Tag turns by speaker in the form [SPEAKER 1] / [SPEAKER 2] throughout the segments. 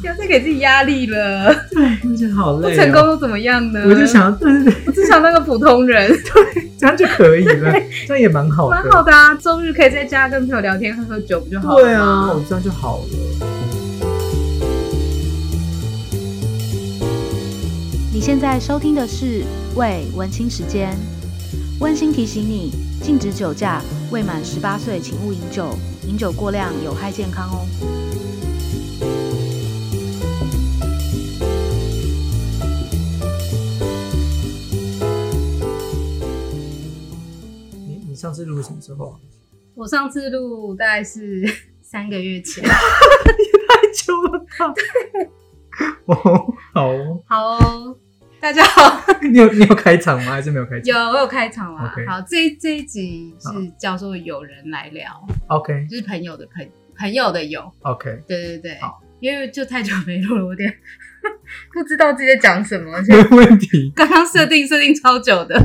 [SPEAKER 1] 不要再给自己压力了，
[SPEAKER 2] 哎，我觉得好
[SPEAKER 1] 不
[SPEAKER 2] 累、哦。
[SPEAKER 1] 成功，又怎么样呢？
[SPEAKER 2] 我就，想，对对对，
[SPEAKER 1] 我只想当个普通 人，
[SPEAKER 2] 这样就可以了，这样也蛮好的。
[SPEAKER 1] 蛮好的啊。周日可以在家跟朋友聊天、喝喝酒，不就好了？
[SPEAKER 2] 对啊，哦，这样就好了。
[SPEAKER 3] 你现在收听的是《喂文青时间》，温馨提醒你，禁止酒驾，未满十八岁请勿饮酒，饮酒过量有害健康哦。
[SPEAKER 2] 你你上次录什么时候啊？
[SPEAKER 1] 我上次录大概是三个月 前。
[SPEAKER 2] 太久了 吧？哦，好哦，
[SPEAKER 1] 好哦，大家好，
[SPEAKER 2] 你有你有开场吗？还是没有开场
[SPEAKER 1] 有我有开场啦。
[SPEAKER 2] OK
[SPEAKER 1] 好，这一这一集是叫做有人来聊，
[SPEAKER 2] ？OK
[SPEAKER 1] 就是朋友的朋朋友的友，
[SPEAKER 2] OK，
[SPEAKER 1] 对对对
[SPEAKER 2] 好，
[SPEAKER 1] 因为就太久没录了，我有点 不知道自己在讲什么，而且
[SPEAKER 2] 没问题。
[SPEAKER 1] 刚刚设定设定超久的，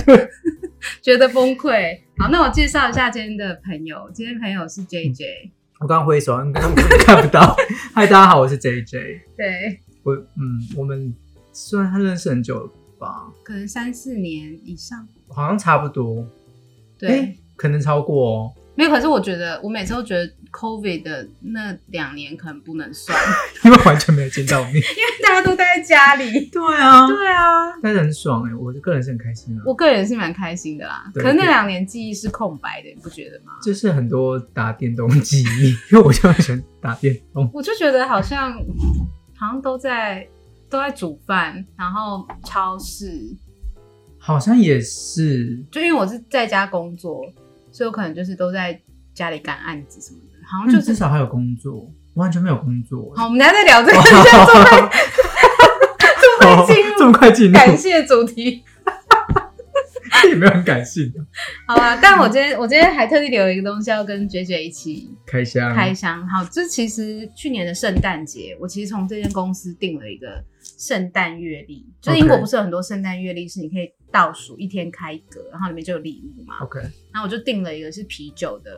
[SPEAKER 1] 觉得崩溃。好，那我介绍一下今天的朋友，今天朋友是 JJ，
[SPEAKER 2] 我刚刚挥手，他们 看不到。嗨，大家好，我是 JJ。
[SPEAKER 1] 对，
[SPEAKER 2] 我嗯，我们虽然他认识很久了吧，
[SPEAKER 1] 可能三四年以上，
[SPEAKER 2] 好像差不多，
[SPEAKER 1] 对。
[SPEAKER 2] 诶可能超过哦。
[SPEAKER 1] 没有，可是我觉得，我每次都觉得 COVID 的那两年可能不能 算，
[SPEAKER 2] 因为完全没有见到面。
[SPEAKER 1] 大家都待在家里。
[SPEAKER 2] 对 啊，
[SPEAKER 1] 对啊，
[SPEAKER 2] 但是很爽哎、我个人是很开心啊。
[SPEAKER 1] 我个人是蛮开心的啦。
[SPEAKER 2] 对
[SPEAKER 1] 可是那两年记忆是空白的，你不觉得吗？
[SPEAKER 2] 就是很多打电动记忆，因为我就很喜欢打电动。
[SPEAKER 1] 我就觉得好像好像都在都在煮饭，然后超市，
[SPEAKER 2] 好像也是，
[SPEAKER 1] 就因为我是在家工作，所以我可能就是都在家里赶案子什么的，好像嗯就
[SPEAKER 2] 但至
[SPEAKER 1] 是。
[SPEAKER 2] 少还有工作，完全没有工作。
[SPEAKER 1] 好，我们等一下再聊这个，
[SPEAKER 2] 哦，
[SPEAKER 1] 现在做快进入
[SPEAKER 2] 欸这么快进 入，
[SPEAKER 1] 感谢主题。
[SPEAKER 2] 也没有很感性
[SPEAKER 1] 好
[SPEAKER 2] 啊的。
[SPEAKER 1] 啦，但我今天我今天还特地留一个东西要跟姐姐一起
[SPEAKER 2] 开箱，
[SPEAKER 1] 开箱。好，这其实去年的圣诞节，我其实从这间公司订了一个圣诞月历，就是英国
[SPEAKER 2] OK
[SPEAKER 1] 不是有很多圣诞月历是你可以倒数一天开一个，然后里面就有礼物嘛。
[SPEAKER 2] OK，
[SPEAKER 1] 然后我就订了一个是啤酒的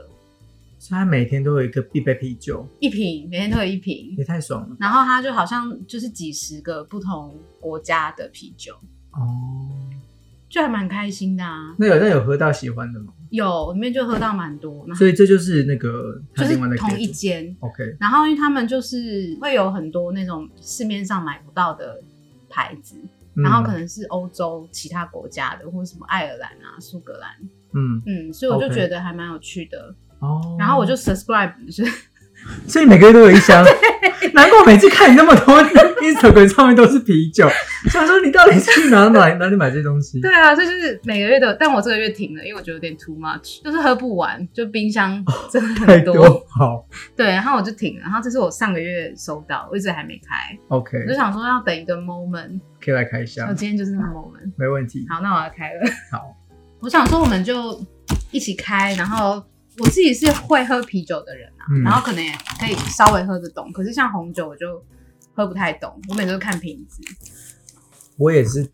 [SPEAKER 2] 所以他每天都有一个必备啤酒，
[SPEAKER 1] 一瓶，每天都有一瓶
[SPEAKER 2] 也，太爽了
[SPEAKER 1] 然后它就好像就是几十个不同国家的啤酒，
[SPEAKER 2] 哦。
[SPEAKER 1] 就还蛮开心的啊。
[SPEAKER 2] 那有那有喝到喜欢的吗？
[SPEAKER 1] 有里面就喝到蛮多，然后
[SPEAKER 2] 所以这就是那个他
[SPEAKER 1] 就是
[SPEAKER 2] 另外的
[SPEAKER 1] 同一
[SPEAKER 2] gadget
[SPEAKER 1] 间，
[SPEAKER 2] OK，
[SPEAKER 1] 然后因为他们就是会有很多那种市面上买不到的牌子，
[SPEAKER 2] 嗯
[SPEAKER 1] 然后可能是欧洲其他国家的，或者什么爱尔兰啊、苏格兰，
[SPEAKER 2] 嗯
[SPEAKER 1] 嗯，所以我就
[SPEAKER 2] OK
[SPEAKER 1] 觉得还蛮有趣的。
[SPEAKER 2] 哦，
[SPEAKER 1] 然后我就 subscribe，就是
[SPEAKER 2] 所以每个月都有一箱，难怪我每次看你那么多 Instagram 上面都是啤酒，想说你到底是去 哪买哪里买这些东西？
[SPEAKER 1] 对啊，这就是每个月的，但我这个月停了，因为我觉得有点 too much，就是喝不完，就冰箱真的
[SPEAKER 2] 太
[SPEAKER 1] 很
[SPEAKER 2] 多好
[SPEAKER 1] 对，然后我就停了。然后这是我上个月收到，我一直还没开，
[SPEAKER 2] ，OK，
[SPEAKER 1] 我就想说要等一个 moment，
[SPEAKER 2] 可以来开
[SPEAKER 1] 我
[SPEAKER 2] 箱，
[SPEAKER 1] 今天就是那个 moment。
[SPEAKER 2] 没问题。
[SPEAKER 1] 好，那我要开了。
[SPEAKER 2] 好，
[SPEAKER 1] 我想说我们就一起开，然后我自己是会喝啤酒的人啊，
[SPEAKER 2] 嗯
[SPEAKER 1] 然后可能也可以稍微喝得懂，可是像红酒我就喝不太懂，我每次都看瓶子。
[SPEAKER 2] 我也是，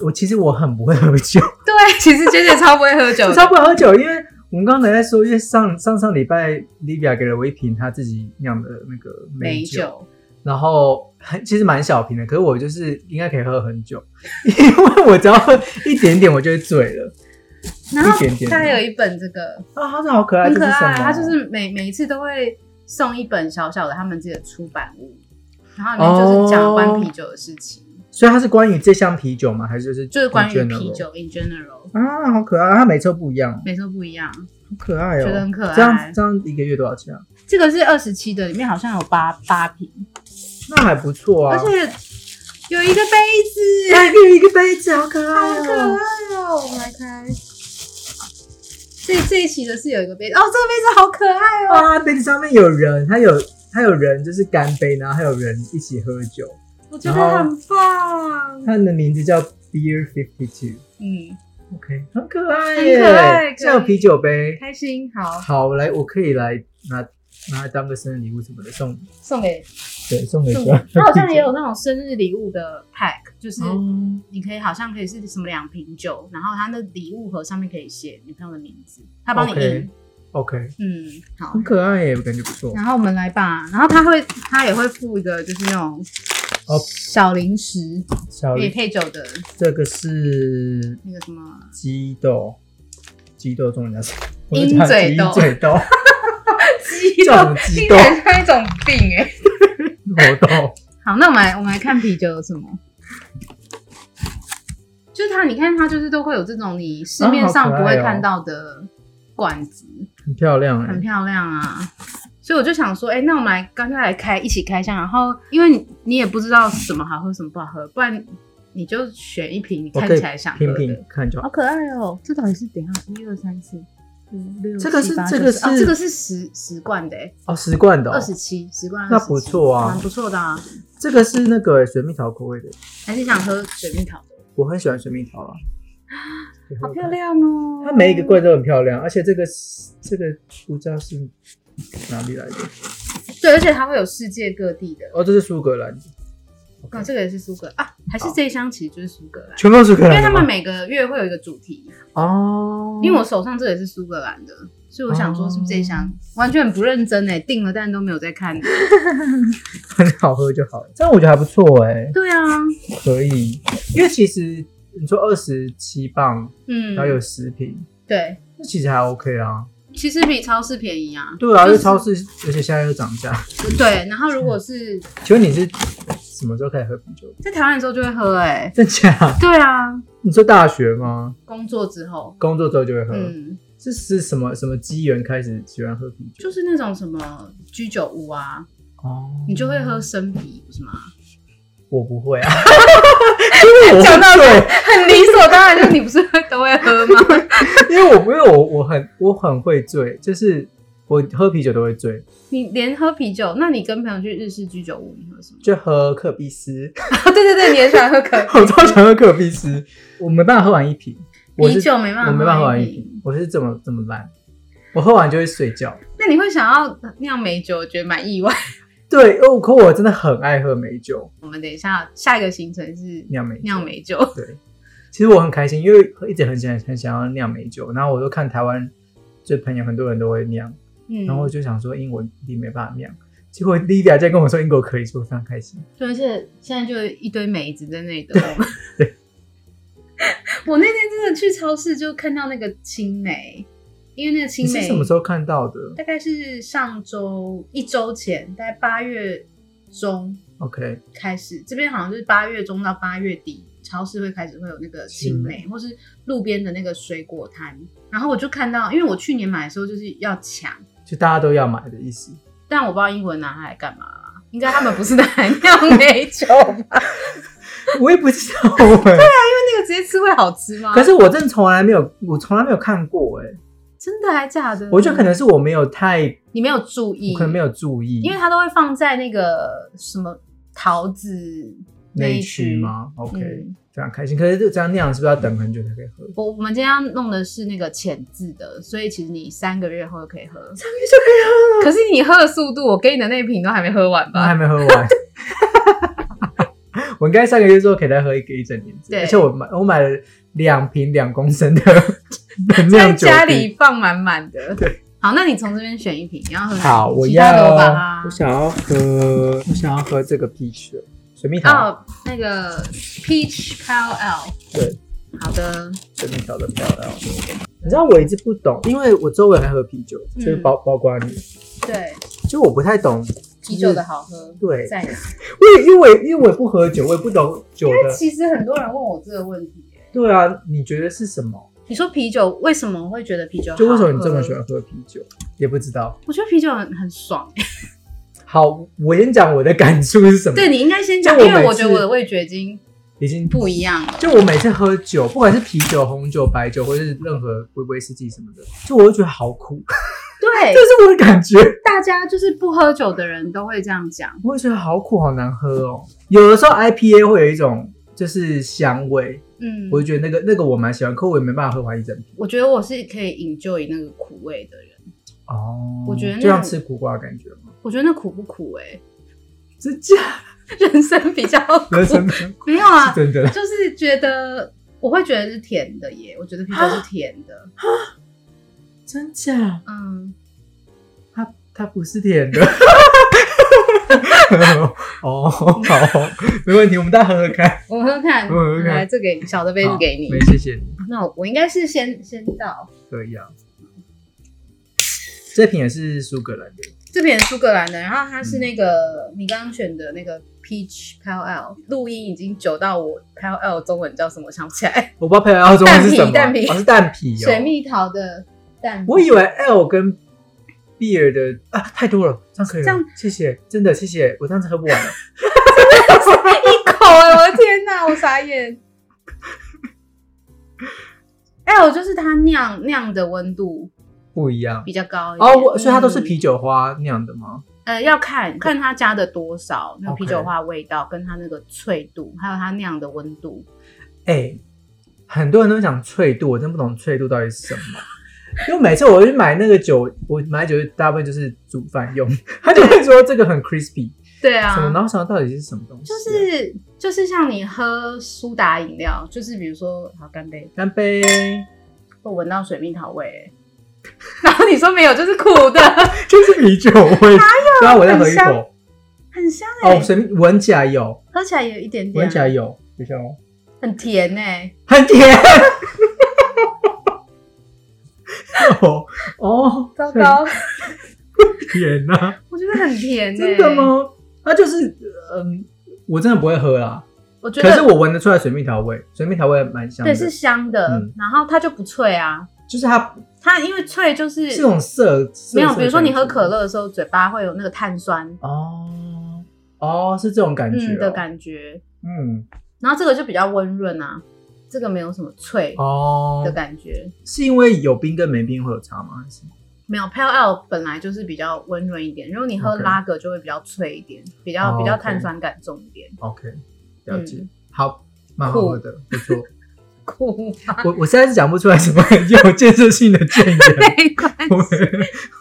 [SPEAKER 2] 我其实我很不会喝 酒，
[SPEAKER 1] 对，其实 J J 超不会喝酒
[SPEAKER 2] 我
[SPEAKER 1] 的，
[SPEAKER 2] 超不会喝酒，因为我们刚才在说，因为上上上礼拜 Livia 给了我一瓶她自己酿的那个
[SPEAKER 1] 美
[SPEAKER 2] 美酒，
[SPEAKER 1] 酒。
[SPEAKER 2] 然后很其实蛮小瓶的，可是我就是应该可以喝很久，因为我只要喝一点点我就会醉了。
[SPEAKER 1] 然后
[SPEAKER 2] 一点点
[SPEAKER 1] 他还有一本这个
[SPEAKER 2] 啊，它是好可爱，
[SPEAKER 1] 很可
[SPEAKER 2] 这是什
[SPEAKER 1] 爱，
[SPEAKER 2] 么？
[SPEAKER 1] 他就是每每一次都会送一本小小的他们自己的出版物，然后里面
[SPEAKER 2] 哦
[SPEAKER 1] 就是讲有关啤酒的事情，
[SPEAKER 2] 所以它是关于这箱啤酒吗？还是就是
[SPEAKER 1] 就是关于
[SPEAKER 2] 哦 in general？
[SPEAKER 1] 啤酒 in general，
[SPEAKER 2] 啊，好可爱，它每次都不一样，好
[SPEAKER 1] 每次都不一样，
[SPEAKER 2] 可爱哦，
[SPEAKER 1] 觉得很可
[SPEAKER 2] 这样
[SPEAKER 1] 爱。
[SPEAKER 2] 这样一个月多少钱啊？
[SPEAKER 1] 这个是二十七的，里面好像有八八瓶。
[SPEAKER 2] 那还不错啊，
[SPEAKER 1] 而且有一个杯子，
[SPEAKER 2] 哎又有一个杯子，好可
[SPEAKER 1] 好
[SPEAKER 2] 爱
[SPEAKER 1] 可
[SPEAKER 2] 哦。
[SPEAKER 1] 爱哦！我们来开。这这一期的是有一个杯子，哦，这个杯子好可爱哦！
[SPEAKER 2] 啊，杯子上面有人，它有它有人就是干杯，然后还有人一起喝酒。
[SPEAKER 1] 我觉得很棒，
[SPEAKER 2] 它的名字叫 Beer Fifty Two。
[SPEAKER 1] 嗯，
[SPEAKER 2] OK，很可爱
[SPEAKER 1] 很可爱
[SPEAKER 2] 耶，像
[SPEAKER 1] 可以
[SPEAKER 2] 啤酒杯。
[SPEAKER 1] 开心，好，
[SPEAKER 2] 好，来，我可以来拿拿来当个生日礼物什么的送，
[SPEAKER 1] 送给
[SPEAKER 2] 对，送给
[SPEAKER 1] 送
[SPEAKER 2] 谁？
[SPEAKER 1] 给。它好像也有那种生日礼物的 pack，就是
[SPEAKER 2] 哦，
[SPEAKER 1] 你可以好像可以是什么两瓶酒，然后它的礼物盒上面可以写女朋友的名字，他帮你
[SPEAKER 2] OK
[SPEAKER 1] 印，
[SPEAKER 2] OK，
[SPEAKER 1] 嗯，好
[SPEAKER 2] 很。可爱耶，我感觉不错。
[SPEAKER 1] 然后我们来吧，然后他会，他也会附一个就是那种
[SPEAKER 2] 哦
[SPEAKER 1] 小零食，
[SPEAKER 2] 小
[SPEAKER 1] 可以配酒的
[SPEAKER 2] 这个是
[SPEAKER 1] 那个什么，
[SPEAKER 2] 鸡豆，鸡豆中文叫 什么？我
[SPEAKER 1] 鹰
[SPEAKER 2] 讲
[SPEAKER 1] 嘴豆
[SPEAKER 2] 鹰嘴豆，
[SPEAKER 1] 鸡
[SPEAKER 2] 这
[SPEAKER 1] 肉
[SPEAKER 2] 种，鸡
[SPEAKER 1] 听起
[SPEAKER 2] 肉
[SPEAKER 1] 来像一种病哎、
[SPEAKER 2] 魔豆。
[SPEAKER 1] 好，那我们来我们来看啤酒有什么。就是它，你看它就是都会有这种你市面
[SPEAKER 2] 哦
[SPEAKER 1] 上不会看到的罐子，
[SPEAKER 2] 很漂亮
[SPEAKER 1] 很
[SPEAKER 2] 哎，
[SPEAKER 1] 漂亮啊。所以我就想说，哎、那我们来刚刚来开一起开箱，然后因为你你也不知道什么好喝什么不好喝，不然你就选一瓶你
[SPEAKER 2] 我
[SPEAKER 1] 看
[SPEAKER 2] 可以
[SPEAKER 1] 起来想喝的。
[SPEAKER 2] 拼拼看就好。
[SPEAKER 1] 好可爱哦！这到底是怎样？一二三四五六，
[SPEAKER 2] 这个是
[SPEAKER 1] 七八
[SPEAKER 2] 这个
[SPEAKER 1] 九十哦
[SPEAKER 2] 是
[SPEAKER 1] 这个是十十罐的欸，
[SPEAKER 2] 哦，十罐的哦
[SPEAKER 1] 二，十七十罐27，
[SPEAKER 2] 那不错啊
[SPEAKER 1] 蛮不错的啊。
[SPEAKER 2] 这个是那个哎水蜜桃口味的，
[SPEAKER 1] 还是想喝水蜜桃的，
[SPEAKER 2] 我很喜欢水蜜桃啊，
[SPEAKER 1] 好漂。亮哦！
[SPEAKER 2] 它每一个罐都很漂亮，而且这个这个不知道是哪里来的
[SPEAKER 1] 对，而且它会有世界各地的。
[SPEAKER 2] 哦，这是苏格兰的，
[SPEAKER 1] 哦，这个也是苏格啊，还是
[SPEAKER 2] 好
[SPEAKER 1] 这一箱其实就是苏格兰，
[SPEAKER 2] 全部都是苏格
[SPEAKER 1] 因为
[SPEAKER 2] 兰
[SPEAKER 1] 他
[SPEAKER 2] 的
[SPEAKER 1] 们
[SPEAKER 2] 吗
[SPEAKER 1] 每个月会有一个主题。
[SPEAKER 2] 哦，
[SPEAKER 1] 因为我手上这也是苏格兰的，所以我想说是不是这一箱完全很不认真哎，订了但都没有在看。
[SPEAKER 2] 很好喝就好了，这样我觉得还不错 哎、
[SPEAKER 1] 对啊，
[SPEAKER 2] 可以，因为其实你说二十七磅，
[SPEAKER 1] 嗯
[SPEAKER 2] 然后，有十瓶，
[SPEAKER 1] 对，
[SPEAKER 2] 那其实还 OK 啊。
[SPEAKER 1] 其实比超市便宜啊。
[SPEAKER 2] 对啊，因
[SPEAKER 1] 就
[SPEAKER 2] 为
[SPEAKER 1] 是
[SPEAKER 2] 超市，而且现在又涨价。
[SPEAKER 1] 对，然后如果是
[SPEAKER 2] 请问你是什么时候开始喝啤酒的？
[SPEAKER 1] 在台湾的时候就会喝哎、
[SPEAKER 2] 真假？
[SPEAKER 1] 对啊，
[SPEAKER 2] 你说大学吗？
[SPEAKER 1] 工作之后，
[SPEAKER 2] 工作之后就会喝？
[SPEAKER 1] 嗯，
[SPEAKER 2] 这是什么什么机缘开始喜欢喝啤酒？
[SPEAKER 1] 就是那种什么居酒屋啊，
[SPEAKER 2] 哦，
[SPEAKER 1] 你就会喝生啤，不是吗？
[SPEAKER 2] 我不会 啊，因为我
[SPEAKER 1] 讲到
[SPEAKER 2] 对，
[SPEAKER 1] 很理所当然，就是你不是会都会喝吗？
[SPEAKER 2] 因为我因为我我很我很会醉，就是我喝啤酒都会醉，
[SPEAKER 1] 你连喝啤酒，那你跟朋友去日式居酒屋，你喝什么？
[SPEAKER 2] 就喝可比斯，
[SPEAKER 1] 对 对对，你也喜欢喝可
[SPEAKER 2] 我超喜欢喝可比斯，我没办法喝完一瓶，我
[SPEAKER 1] 啤
[SPEAKER 2] 是
[SPEAKER 1] 酒，没办法，
[SPEAKER 2] 我没办法喝完一
[SPEAKER 1] 瓶。
[SPEAKER 2] 瓶，我是这么这么烂，我喝完就会睡觉。
[SPEAKER 1] 那你会想要酿美酒，我觉得蛮意外。
[SPEAKER 2] 对，哦，可我真的很爱喝美酒，
[SPEAKER 1] 我们等一下下一个行程是
[SPEAKER 2] 酿美酒
[SPEAKER 1] 酿美酒，
[SPEAKER 2] 对，其实我很开心，因为一直很想很想要酿美酒，然后我就看台湾就朋友很多人都会酿，
[SPEAKER 1] 嗯，
[SPEAKER 2] 然后我就想说英国一定没办法酿，结果 Livia 在跟我说英国可以，所以我非常开心。
[SPEAKER 1] 对，而且现在就一堆梅子在那里等我们。 我那天真的去超市就看到那个青梅，因为那个
[SPEAKER 2] 你
[SPEAKER 1] 青
[SPEAKER 2] 是
[SPEAKER 1] 梅
[SPEAKER 2] 什么时候看到的
[SPEAKER 1] 大概是上周一周前，大概八月中
[SPEAKER 2] ？OK，
[SPEAKER 1] 开始，这边好像就是八月中到八月底，超市会开始会有那个青梅，或是路边的那个水果摊。然后我就看到，因为我去年买的时候就是要抢，
[SPEAKER 2] 就大家都要买的意思。
[SPEAKER 1] 但我不知道英国人拿它来干嘛啦。应该他们不是拿来酿美 酒吧？
[SPEAKER 2] 我也不知 道哎、
[SPEAKER 1] 那个直接吃会好吃吗？
[SPEAKER 2] 可是我真的从来没有，我从来没有看过哎、
[SPEAKER 1] 真的还假的？
[SPEAKER 2] 我觉得可能是我没有太，
[SPEAKER 1] 你没有注意，
[SPEAKER 2] 我可能没有注意，
[SPEAKER 1] 因为它都会放在那个什么桃子
[SPEAKER 2] 那
[SPEAKER 1] 一
[SPEAKER 2] 一区？吗？OK，、
[SPEAKER 1] 嗯
[SPEAKER 2] 非常开心。可是这这样酿是不是要等很久才可以喝？
[SPEAKER 1] 我我们今天要弄的是那个浅字的，所以其实你三个月后就可以喝。
[SPEAKER 2] 三个月就可以喝
[SPEAKER 1] 可是你喝的速度，我给你的那一瓶都还没喝完
[SPEAKER 2] 我
[SPEAKER 1] 吧？
[SPEAKER 2] 还没喝完。我应该上个月之后可以再喝一个一整年之类
[SPEAKER 1] 对
[SPEAKER 2] 而且我买我买了两瓶两公升的 能
[SPEAKER 1] 在
[SPEAKER 2] 量酒。
[SPEAKER 1] 家里放满满的。
[SPEAKER 2] 对，
[SPEAKER 1] 好，那你从这边选一瓶，你要喝哪一瓶
[SPEAKER 2] 好，我
[SPEAKER 1] 嗯其
[SPEAKER 2] 要
[SPEAKER 1] 他的我把它
[SPEAKER 2] 我想要喝，我想要喝这个 peach 的水蜜桃，
[SPEAKER 1] 哦，那个 peach pale ale。
[SPEAKER 2] 对，
[SPEAKER 1] 好的，
[SPEAKER 2] 水蜜桃的漂亮。你知道我一直不懂，因为我周围还喝啤酒，就是
[SPEAKER 1] 嗯
[SPEAKER 2] 包包括你，
[SPEAKER 1] 对，
[SPEAKER 2] 就我不太懂
[SPEAKER 1] 啤酒的好喝。
[SPEAKER 2] 对，
[SPEAKER 1] 在哪？
[SPEAKER 2] 我也因为我也因为我也不喝酒，我也不懂酒的。
[SPEAKER 1] 其实很多人问我这个问题耶、
[SPEAKER 2] 对啊，你觉得是什么？
[SPEAKER 1] 你说啤酒为什么会觉得啤酒好喝？
[SPEAKER 2] 就为什么你这么喜欢喝啤酒？也不知道。
[SPEAKER 1] 我觉得啤酒很很爽。
[SPEAKER 2] 好，我先讲我的感触是什么。
[SPEAKER 1] 对，你应该先讲，
[SPEAKER 2] 就我
[SPEAKER 1] 因为
[SPEAKER 2] 每
[SPEAKER 1] 我觉得
[SPEAKER 2] 次
[SPEAKER 1] 我的味觉已经
[SPEAKER 2] 已经
[SPEAKER 1] 不一样了。
[SPEAKER 2] 就我每次喝酒，不管是啤酒、红酒、白酒，或是任何威威士忌什么的，就我会觉得好苦，
[SPEAKER 1] 对
[SPEAKER 2] 这，是我的感觉。
[SPEAKER 1] 大家就是不喝酒的人都会这样讲。
[SPEAKER 2] 我会觉得好苦，好难喝哦。有的时候 IPA 会有一种就是香味，
[SPEAKER 1] 嗯，
[SPEAKER 2] 我
[SPEAKER 1] 我
[SPEAKER 2] 就觉得那个那个我蛮喜欢，可我也没办法喝完一整瓶。
[SPEAKER 1] 我觉得我是可以 enjoy 那个苦味的人。
[SPEAKER 2] 哦，
[SPEAKER 1] 我觉得那
[SPEAKER 2] 就像吃苦瓜的感觉吗？
[SPEAKER 1] 我觉得那苦不苦、欸？
[SPEAKER 2] 真假？
[SPEAKER 1] 哎，人生比较苦。
[SPEAKER 2] 人生是
[SPEAKER 1] 没有啊，
[SPEAKER 2] 真 的。
[SPEAKER 1] 就是
[SPEAKER 2] 啊
[SPEAKER 1] 觉得我会觉得是甜的耶，我觉得啤酒是甜的。
[SPEAKER 2] 真假？
[SPEAKER 1] 嗯，
[SPEAKER 2] 它它不是甜的。 哦，好，没问题，我们大家喝喝看。
[SPEAKER 1] 我喝喝看，
[SPEAKER 2] 我喝喝看
[SPEAKER 1] 来这给小的杯子
[SPEAKER 2] 好
[SPEAKER 1] 给你
[SPEAKER 2] 没。谢谢你，
[SPEAKER 1] 那我我应该是先先倒，
[SPEAKER 2] 可以啊。这瓶也是苏格兰的，
[SPEAKER 1] 这瓶苏格兰的，然后它是那个、你刚刚选的那个 Peach Pale Ale，录音已经久到我 Pale Ale 中文叫什么想不起来，
[SPEAKER 2] 我不知道配料中文是什么，
[SPEAKER 1] 蛋皮蛋皮
[SPEAKER 2] 哦是蛋皮哦。
[SPEAKER 1] 水蜜桃的蛋
[SPEAKER 2] 我以为 L 跟 beer 的啊太多了，这样可以了，
[SPEAKER 1] 这样
[SPEAKER 2] 谢谢，真的谢谢，我这样子喝不完了。
[SPEAKER 1] 一口哎、我的天哪，我傻 眼。L 就是它酿酿的温度
[SPEAKER 2] 不一样
[SPEAKER 1] 比较高一点
[SPEAKER 2] 哦，我所以它都是
[SPEAKER 1] 嗯
[SPEAKER 2] 啤酒花酿的吗？
[SPEAKER 1] 呃，要看看它加的多少，那个
[SPEAKER 2] OK
[SPEAKER 1] 啤酒花味道跟它那个脆度，还有它酿的温度。
[SPEAKER 2] 哎、很多人都讲脆度，我真不懂脆度到底是什么。因为每次我去买那个酒，我买酒大部分就是煮饭用， 他就会说这个很 crispy
[SPEAKER 1] 对
[SPEAKER 2] 什么，
[SPEAKER 1] 啊
[SPEAKER 2] 然，后想到底是什么东西、啊
[SPEAKER 1] 就是就是像你喝苏打饮料，就是比如说好干杯，
[SPEAKER 2] 干杯，
[SPEAKER 1] 我闻到水蜜桃味、欸 然后你说没有，就是苦的，
[SPEAKER 2] 就是米酒味。对啊，我再喝一
[SPEAKER 1] 很香
[SPEAKER 2] 口。
[SPEAKER 1] 很香哎、
[SPEAKER 2] 哦，随便闻起来有，
[SPEAKER 1] 喝起来有一点点
[SPEAKER 2] 闻
[SPEAKER 1] 啊、
[SPEAKER 2] 起来有，有香哦。
[SPEAKER 1] 很甜哎、
[SPEAKER 2] 很甜。 哦哦，
[SPEAKER 1] 糟糕，
[SPEAKER 2] 很甜呐、
[SPEAKER 1] 我觉得很甜、欸，
[SPEAKER 2] 真的？吗？它就是嗯，我真的不会喝啦，
[SPEAKER 1] 我觉
[SPEAKER 2] 可是
[SPEAKER 1] 得
[SPEAKER 2] 我闻得出来水蜜桃味，水蜜桃味蛮香的，
[SPEAKER 1] 对是香的，
[SPEAKER 2] 嗯
[SPEAKER 1] 然后它就不脆啊，
[SPEAKER 2] 就是它
[SPEAKER 1] 它因为脆就是
[SPEAKER 2] 是种涩，涩
[SPEAKER 1] 没有，
[SPEAKER 2] 涩
[SPEAKER 1] 比如说你
[SPEAKER 2] 感觉
[SPEAKER 1] 喝可乐的时候，嘴巴会有那个碳酸
[SPEAKER 2] 哦哦，是这种感觉、
[SPEAKER 1] 嗯的感觉，
[SPEAKER 2] 觉，嗯
[SPEAKER 1] 然后这个就比较温润啊，这个没有什么脆
[SPEAKER 2] 哦
[SPEAKER 1] 的，感觉。
[SPEAKER 2] 是因为有冰跟没冰会有差吗？还是
[SPEAKER 1] 没有 Pale Ale 本来就是比较温润一点，如果你喝
[SPEAKER 2] OK
[SPEAKER 1] 拉格就会比较脆一点，比较、
[SPEAKER 2] 哦
[SPEAKER 1] 比较
[SPEAKER 2] OK
[SPEAKER 1] 碳酸感重一点。
[SPEAKER 2] OK 了解，
[SPEAKER 1] 嗯
[SPEAKER 2] 好，蛮好喝的，不错。
[SPEAKER 1] 酷，啊
[SPEAKER 2] 我我现在是讲不出来什么很有建设性的建言。
[SPEAKER 1] 没关
[SPEAKER 2] 我
[SPEAKER 1] 系，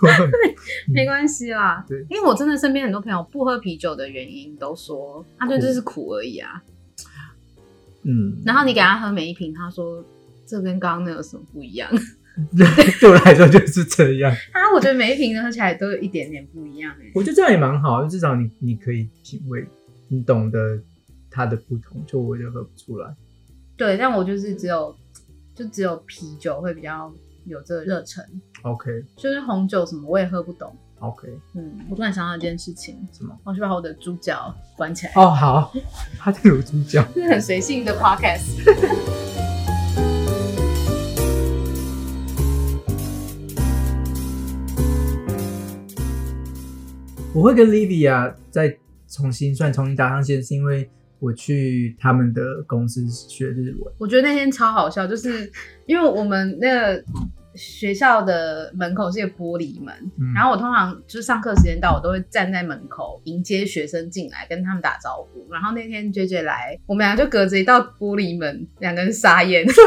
[SPEAKER 2] 我
[SPEAKER 1] 没关系啦
[SPEAKER 2] 对。
[SPEAKER 1] 因为我真的身边很多朋友不喝啤酒的原因都说，他就就是苦而已啊。
[SPEAKER 2] 嗯，
[SPEAKER 1] 然后你给他喝每一瓶，他说这跟刚刚那有什么不一样？
[SPEAKER 2] 对我来说就是这样，
[SPEAKER 1] 啊，我觉得每一瓶喝起来都有一点点不一样哎、
[SPEAKER 2] 我觉得这样也蛮好，啊至少你你可以品味，你懂得它的不同，就我就喝不出来。
[SPEAKER 1] 对，但我就是只有就只有啤酒会比较有这个热忱，
[SPEAKER 2] OK
[SPEAKER 1] 就是红酒什么我也喝不懂。
[SPEAKER 2] OK，
[SPEAKER 1] 嗯，我突然想到一件事情，
[SPEAKER 2] 什么？
[SPEAKER 1] 我去把我的猪脚关起来，
[SPEAKER 2] 哦，好， 它的卤猪脚。
[SPEAKER 1] 这是 很随性的 podcast。
[SPEAKER 2] 我会跟 Livia 再重新算重新搭上线，是因为我去他们的公司学日文。
[SPEAKER 1] 我觉得那天超好笑，就是因为我们那个学校的门口是一个玻璃门，
[SPEAKER 2] 嗯
[SPEAKER 1] 然后我通常就是上课时间到，我都会站在门口迎接学生进来，跟他们打招呼。然后那天 J J 来，我们俩就隔着一道玻璃门，两个人傻眼。
[SPEAKER 2] 在这。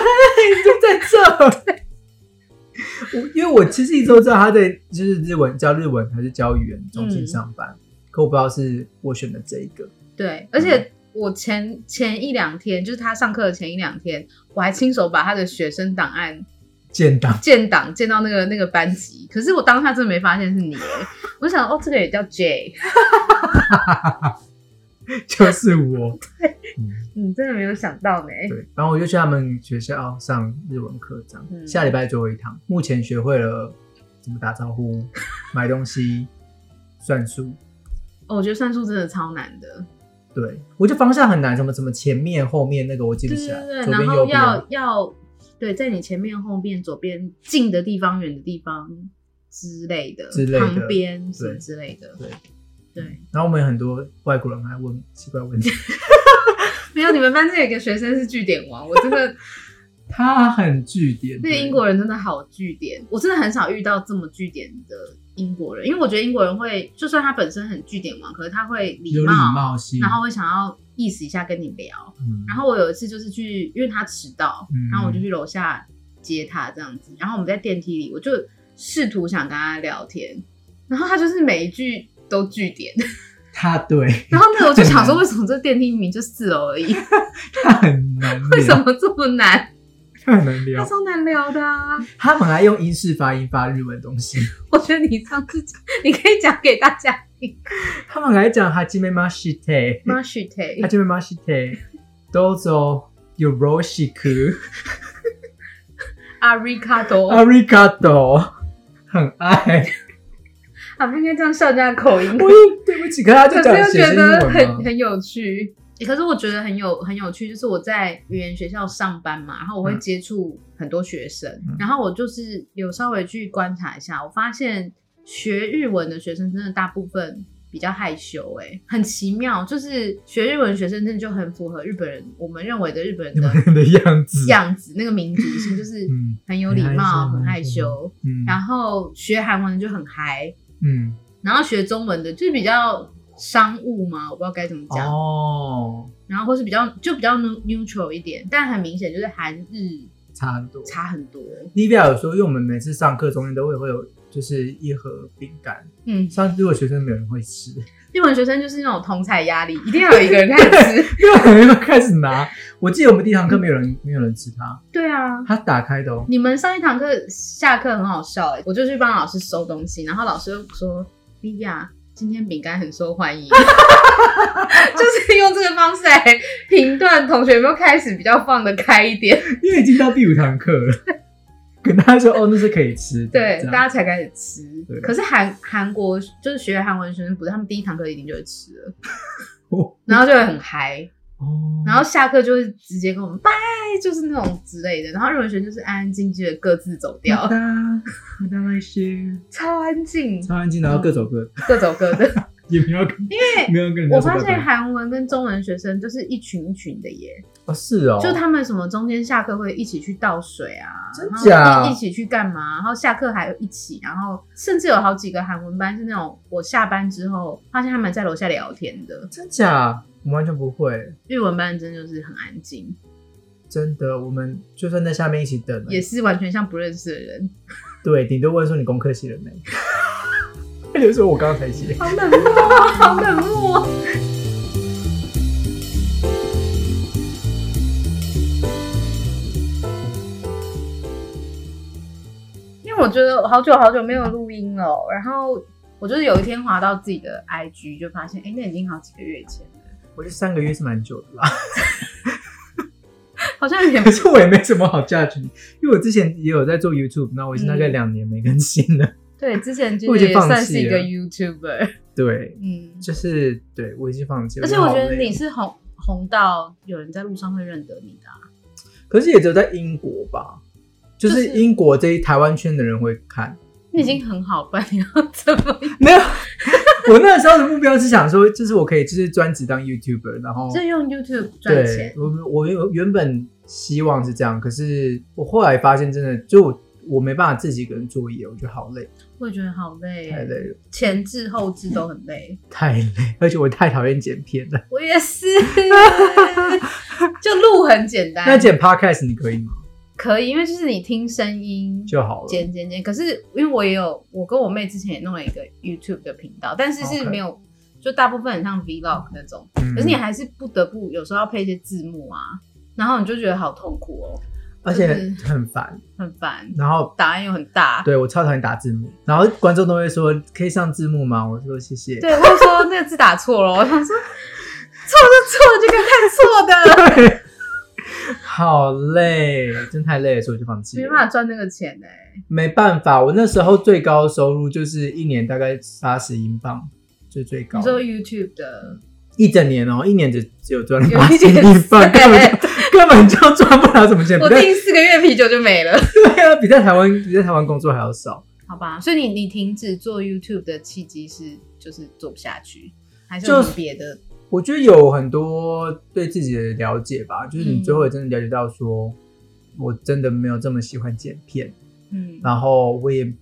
[SPEAKER 2] 我因为我其实一直都知道他在就是日文教日文还是教语言中心上班，
[SPEAKER 1] 嗯
[SPEAKER 2] 可我不知道是我选的这一个。
[SPEAKER 1] 对，而
[SPEAKER 2] 嗯
[SPEAKER 1] 且我前前一两天，就是他上课的前一两天，我还亲手把他的学生档案
[SPEAKER 2] 建档
[SPEAKER 1] 建档建到那个那个班级。可是我当下真的没发现是你欸，我就想哦，这个也叫 J，
[SPEAKER 2] 就是我，嗯，
[SPEAKER 1] 嗯，真的没有想到呢。
[SPEAKER 2] 对，然后我就去他们学校上日文课，这样、
[SPEAKER 1] 嗯
[SPEAKER 2] 下礼拜最后一堂，目前学会了怎么打招呼、买东西、算数，
[SPEAKER 1] 哦我觉得算术真的超难的，
[SPEAKER 2] 对我觉得方向很难，什么什么前面后面那个我记不
[SPEAKER 1] 对
[SPEAKER 2] 起
[SPEAKER 1] 对
[SPEAKER 2] 来，
[SPEAKER 1] 对，
[SPEAKER 2] 左
[SPEAKER 1] 然
[SPEAKER 2] 边
[SPEAKER 1] 后
[SPEAKER 2] 右边，啊
[SPEAKER 1] 要要对，在你前面、后面、左边、近的地方、远的地方之类的，
[SPEAKER 2] 之类的
[SPEAKER 1] 旁边什么
[SPEAKER 2] 对
[SPEAKER 1] 之类的，
[SPEAKER 2] 对
[SPEAKER 1] 对，
[SPEAKER 2] 然后我们有很多外国人还问奇怪问题。
[SPEAKER 1] 没有你们班这有一个学生是据点王，我真的。
[SPEAKER 2] 他很据点，
[SPEAKER 1] 那个英国人真的好据点，我真的很少遇到这么据点的英国人，因为我觉得英国人会，就算他本身很据点王，可是他会礼
[SPEAKER 2] 有礼
[SPEAKER 1] 貌，
[SPEAKER 2] 貌性，
[SPEAKER 1] 然后会想要意思一下跟你聊。
[SPEAKER 2] 嗯
[SPEAKER 1] 然后我有一次就是去，因为他迟到，
[SPEAKER 2] 嗯
[SPEAKER 1] 然后我就去楼下接他这样子，然后我们在电梯里，我就试图想跟他聊天，然后他就是每一句都据点，
[SPEAKER 2] 他对
[SPEAKER 1] 然后那个我就想
[SPEAKER 2] 啊
[SPEAKER 1] 说，为什么这电梯明明就四楼而已，
[SPEAKER 2] 他很难，
[SPEAKER 1] 为什？么这么难？
[SPEAKER 2] 太难
[SPEAKER 1] 他
[SPEAKER 2] 聊。
[SPEAKER 1] 超难聊的啊！
[SPEAKER 2] 他们还用英式发音发日文东西，
[SPEAKER 1] 我觉得你上次讲你可以讲给大家听。
[SPEAKER 2] 他们还讲哈基梅马西特，
[SPEAKER 1] m a s h i t
[SPEAKER 2] 哈
[SPEAKER 1] e
[SPEAKER 2] 基梅马西特，どうぞよろしく。
[SPEAKER 1] a r i c a d o
[SPEAKER 2] 阿里嘎多，很爱。
[SPEAKER 1] 啊，不应该这样笑这样口音。
[SPEAKER 2] 我又对不起，可是他就
[SPEAKER 1] 可
[SPEAKER 2] 讲
[SPEAKER 1] 是又
[SPEAKER 2] 写
[SPEAKER 1] 觉
[SPEAKER 2] 是英
[SPEAKER 1] 得很
[SPEAKER 2] 文嘛。
[SPEAKER 1] 很有趣、欸可是我觉得很有很有趣，就是我在语言学校上班嘛，然后我会
[SPEAKER 2] 嗯
[SPEAKER 1] 接触很多学生，
[SPEAKER 2] 嗯
[SPEAKER 1] 然后我就是有稍微去观察一下，我发现学日文的学生真的大部分。比较害羞、欸，很奇妙，就是学日文的学生真的就很符合日本人，我们认为的日本人
[SPEAKER 2] 你
[SPEAKER 1] 的
[SPEAKER 2] 们的样子，
[SPEAKER 1] 样子，那个民族性就是
[SPEAKER 2] 嗯
[SPEAKER 1] 很有礼貌，
[SPEAKER 2] 很
[SPEAKER 1] 很
[SPEAKER 2] 害
[SPEAKER 1] 害
[SPEAKER 2] 羞
[SPEAKER 1] 羞，
[SPEAKER 2] 嗯
[SPEAKER 1] 然后学韩文的就很嗨，
[SPEAKER 2] 嗯，
[SPEAKER 1] 然后学中文的就是比较商务嘛，我不知道该怎么讲，
[SPEAKER 2] 哦，
[SPEAKER 1] 然后或是比较就比较 neu- neutral 一点，但很明显就是韩日
[SPEAKER 2] 差很多。
[SPEAKER 1] 差很多。
[SPEAKER 2] 莉比亚有说，因为我们每次上课中间都会会有就是一盒饼干，
[SPEAKER 1] 嗯，
[SPEAKER 2] 上次如果学生没有人会吃，
[SPEAKER 1] 日本学生就是那种同才压力，一定要有一个人开 始吃。
[SPEAKER 2] 因为很多人开始拿。我记得我们第一堂课没 有人没有人吃它，
[SPEAKER 1] 对啊。
[SPEAKER 2] 它打开的哦。
[SPEAKER 1] 你们上一堂课下课很好笑哎、我就去帮老师收东西，然后老师又说：“莉亚，今天饼干很受欢 迎。”就是用这个方式来评断同学有没有开始比较放得开一点，
[SPEAKER 2] 因为已经到第五堂课了，跟大家说哦，那是可以吃的。
[SPEAKER 1] 对
[SPEAKER 2] 这，样
[SPEAKER 1] 大家才开始吃
[SPEAKER 2] 对。
[SPEAKER 1] 可是韩韩国就是学韩文学生，不是他们第一堂课一定就会吃了，
[SPEAKER 2] 哦
[SPEAKER 1] 然后就会很嗨，
[SPEAKER 2] 哦，
[SPEAKER 1] 然后下课就会直接跟我们拜，就是那种之类的。然后日文学就是安安静静的各自走掉
[SPEAKER 2] 哒，哒来些，
[SPEAKER 1] 超安静，
[SPEAKER 2] 超安静，然后各走 各的，
[SPEAKER 1] 各走各的。
[SPEAKER 2] 也没有跟，因
[SPEAKER 1] 为
[SPEAKER 2] 没有跟人家
[SPEAKER 1] 我
[SPEAKER 2] 说
[SPEAKER 1] 发
[SPEAKER 2] 拜
[SPEAKER 1] 现
[SPEAKER 2] 拜。
[SPEAKER 1] 韩文跟中文学生就是一群一群的耶，
[SPEAKER 2] 哦，是哦，
[SPEAKER 1] 就他们什么中间下课会一起去倒水啊，
[SPEAKER 2] 真
[SPEAKER 1] 然
[SPEAKER 2] 假
[SPEAKER 1] 后一起去干嘛，然后下课还一起，然后甚至有好几个韩文班是那种我下班之后发现他们在楼下聊天的，
[SPEAKER 2] 真假，我完全不会，
[SPEAKER 1] 日文班真的就是很安静，
[SPEAKER 2] 真的，我们就算在下面一起等，
[SPEAKER 1] 也是完全像不认识的人，
[SPEAKER 2] 对，顶多问说你功课写了没， 他就说我刚刚才写。
[SPEAKER 1] 好冷漠啊，好冷漠啊。因为我觉得好久好久没有录音了，然后我就是有一天滑到自己的 IG，就发现，哎、那已经好几个月前了，
[SPEAKER 2] 我觉得三个月是蛮久的啦，
[SPEAKER 1] 好像有点
[SPEAKER 2] 可是我也没什么好 judge 你，因为我之前也有在做 YouTube，那我已经大概
[SPEAKER 1] 嗯
[SPEAKER 2] 两年没更新了。
[SPEAKER 1] 对，之前就
[SPEAKER 2] 我已
[SPEAKER 1] 是也
[SPEAKER 2] 经放弃
[SPEAKER 1] 算是一个
[SPEAKER 2] 了
[SPEAKER 1] YouTuber，
[SPEAKER 2] 对，
[SPEAKER 1] 嗯，
[SPEAKER 2] 就是对我已经放弃了。
[SPEAKER 1] 而且我觉
[SPEAKER 2] 好
[SPEAKER 1] 得
[SPEAKER 2] 累
[SPEAKER 1] 你是红红到有人在路上会认得你的啊、
[SPEAKER 2] 可是也只有在英国吧，就
[SPEAKER 1] 就是
[SPEAKER 2] 是英国这一台湾圈的人会看。
[SPEAKER 1] 你已经很好办，你要怎么
[SPEAKER 2] 没有， 我那时候的目标是想说，就是我可以就是专职当 YouTuber，然后
[SPEAKER 1] 就用 YouTube 赚
[SPEAKER 2] 哦对
[SPEAKER 1] 钱？
[SPEAKER 2] 我我原原本希望是这样，可是我后来发现真的就我我没办法自己一个人作业，我觉得好累，
[SPEAKER 1] 我也觉得好累，
[SPEAKER 2] 太累了，嗯
[SPEAKER 1] 前置后置都很累。
[SPEAKER 2] 太累，而且我太讨厌剪片了。
[SPEAKER 1] 我也 是，就录很简单，
[SPEAKER 2] 那剪 Podcast 你可以吗？
[SPEAKER 1] 可以，因为就是你听声音
[SPEAKER 2] 就好了。
[SPEAKER 1] 剪剪剪。可是因为我也有，我跟我妹之前也弄了一个 YouTube 的频道，但是是
[SPEAKER 2] 哦 OK
[SPEAKER 1] 没有。就大部分很像 vlog 那种，
[SPEAKER 2] 嗯
[SPEAKER 1] 可是你还是不得不有时候要配一些字幕啊，然后你就觉得好痛苦哦，
[SPEAKER 2] 而且
[SPEAKER 1] 就是
[SPEAKER 2] 很烦，
[SPEAKER 1] 很烦，
[SPEAKER 2] 然后
[SPEAKER 1] 档案又很大。
[SPEAKER 2] 对我超讨厌打字幕，然后观众都会说可以上字幕吗？我说谢谢。
[SPEAKER 1] 对，我就说那个字打错了，我想说错就错，就该看错的，
[SPEAKER 2] 对，好累，真太累了，所以我就放弃
[SPEAKER 1] 没
[SPEAKER 2] 了。
[SPEAKER 1] 办法赚那个钱哎、
[SPEAKER 2] 没办法，我那时候最高收入就是一年大概八十英镑，最最高
[SPEAKER 1] 你。说 YouTube 的，
[SPEAKER 2] 一整年哦、一年只只有赚
[SPEAKER 1] 有
[SPEAKER 2] 八十
[SPEAKER 1] 一点
[SPEAKER 2] 英镑，
[SPEAKER 1] 塞
[SPEAKER 2] 根本就根本就赚不了什么钱，比
[SPEAKER 1] 我
[SPEAKER 2] 在
[SPEAKER 1] 订四个月啤酒就没了，
[SPEAKER 2] 对啊，比在台湾比在台湾工作还要少。
[SPEAKER 1] 好吧？所以你你停止做 YouTube 的契机是就是做不下去，还是
[SPEAKER 2] 就
[SPEAKER 1] 有
[SPEAKER 2] 是
[SPEAKER 1] 别的？
[SPEAKER 2] 我觉得有很多对自己的了解吧，就是
[SPEAKER 1] 嗯
[SPEAKER 2] 你最后也真的了解到说，我真的没有这么喜欢剪片，
[SPEAKER 1] 嗯，
[SPEAKER 2] 然后我也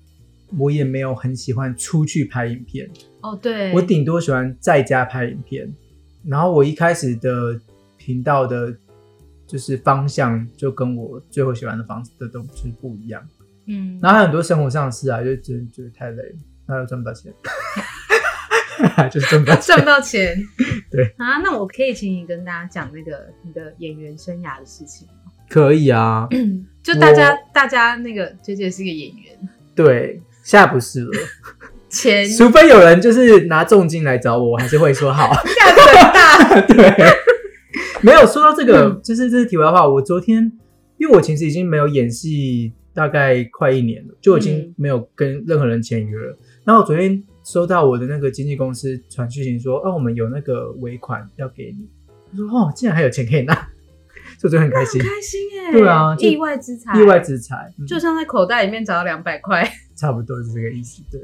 [SPEAKER 2] 我也没有很喜欢出去拍影片。
[SPEAKER 1] 哦对，
[SPEAKER 2] 我顶多喜欢在家拍影片，然后我一开始的频道的，就是方向就跟我最后喜欢的方式的东西不一样。
[SPEAKER 1] 嗯，
[SPEAKER 2] 然后还有很多生活上的事啊，就真觉得太累了，那又赚不到钱， 就是赚不到
[SPEAKER 1] 赚
[SPEAKER 2] 钱
[SPEAKER 1] 不。到钱，
[SPEAKER 2] 对
[SPEAKER 1] 啊，那我可以请你跟大家讲那个你的演员生涯的事情吗。
[SPEAKER 2] 可以啊，
[SPEAKER 1] 嗯就大家大家那个 J J 是个演 员，
[SPEAKER 2] 对，现在不是了，
[SPEAKER 1] 前
[SPEAKER 2] 除非有人就是拿重金来找我，我还是会说好。
[SPEAKER 1] 下子很大，
[SPEAKER 2] 对，没有说到这个，就是这是题外话。我昨天，因为我其实已经没有演戏大概快一年了，就已经
[SPEAKER 1] 嗯
[SPEAKER 2] 没有跟任何人签约了。然后我昨天收到我的那个经纪公司传讯息说，哦、我们有那个尾款要给你。我说哦，竟然还有钱可以拿， 所以我觉得很开心
[SPEAKER 1] 很，开心哎、
[SPEAKER 2] 对啊就
[SPEAKER 1] 意外之财，
[SPEAKER 2] 意外之财。嗯
[SPEAKER 1] 就像在口袋里面找到两百块，
[SPEAKER 2] 差不多是这个意思。对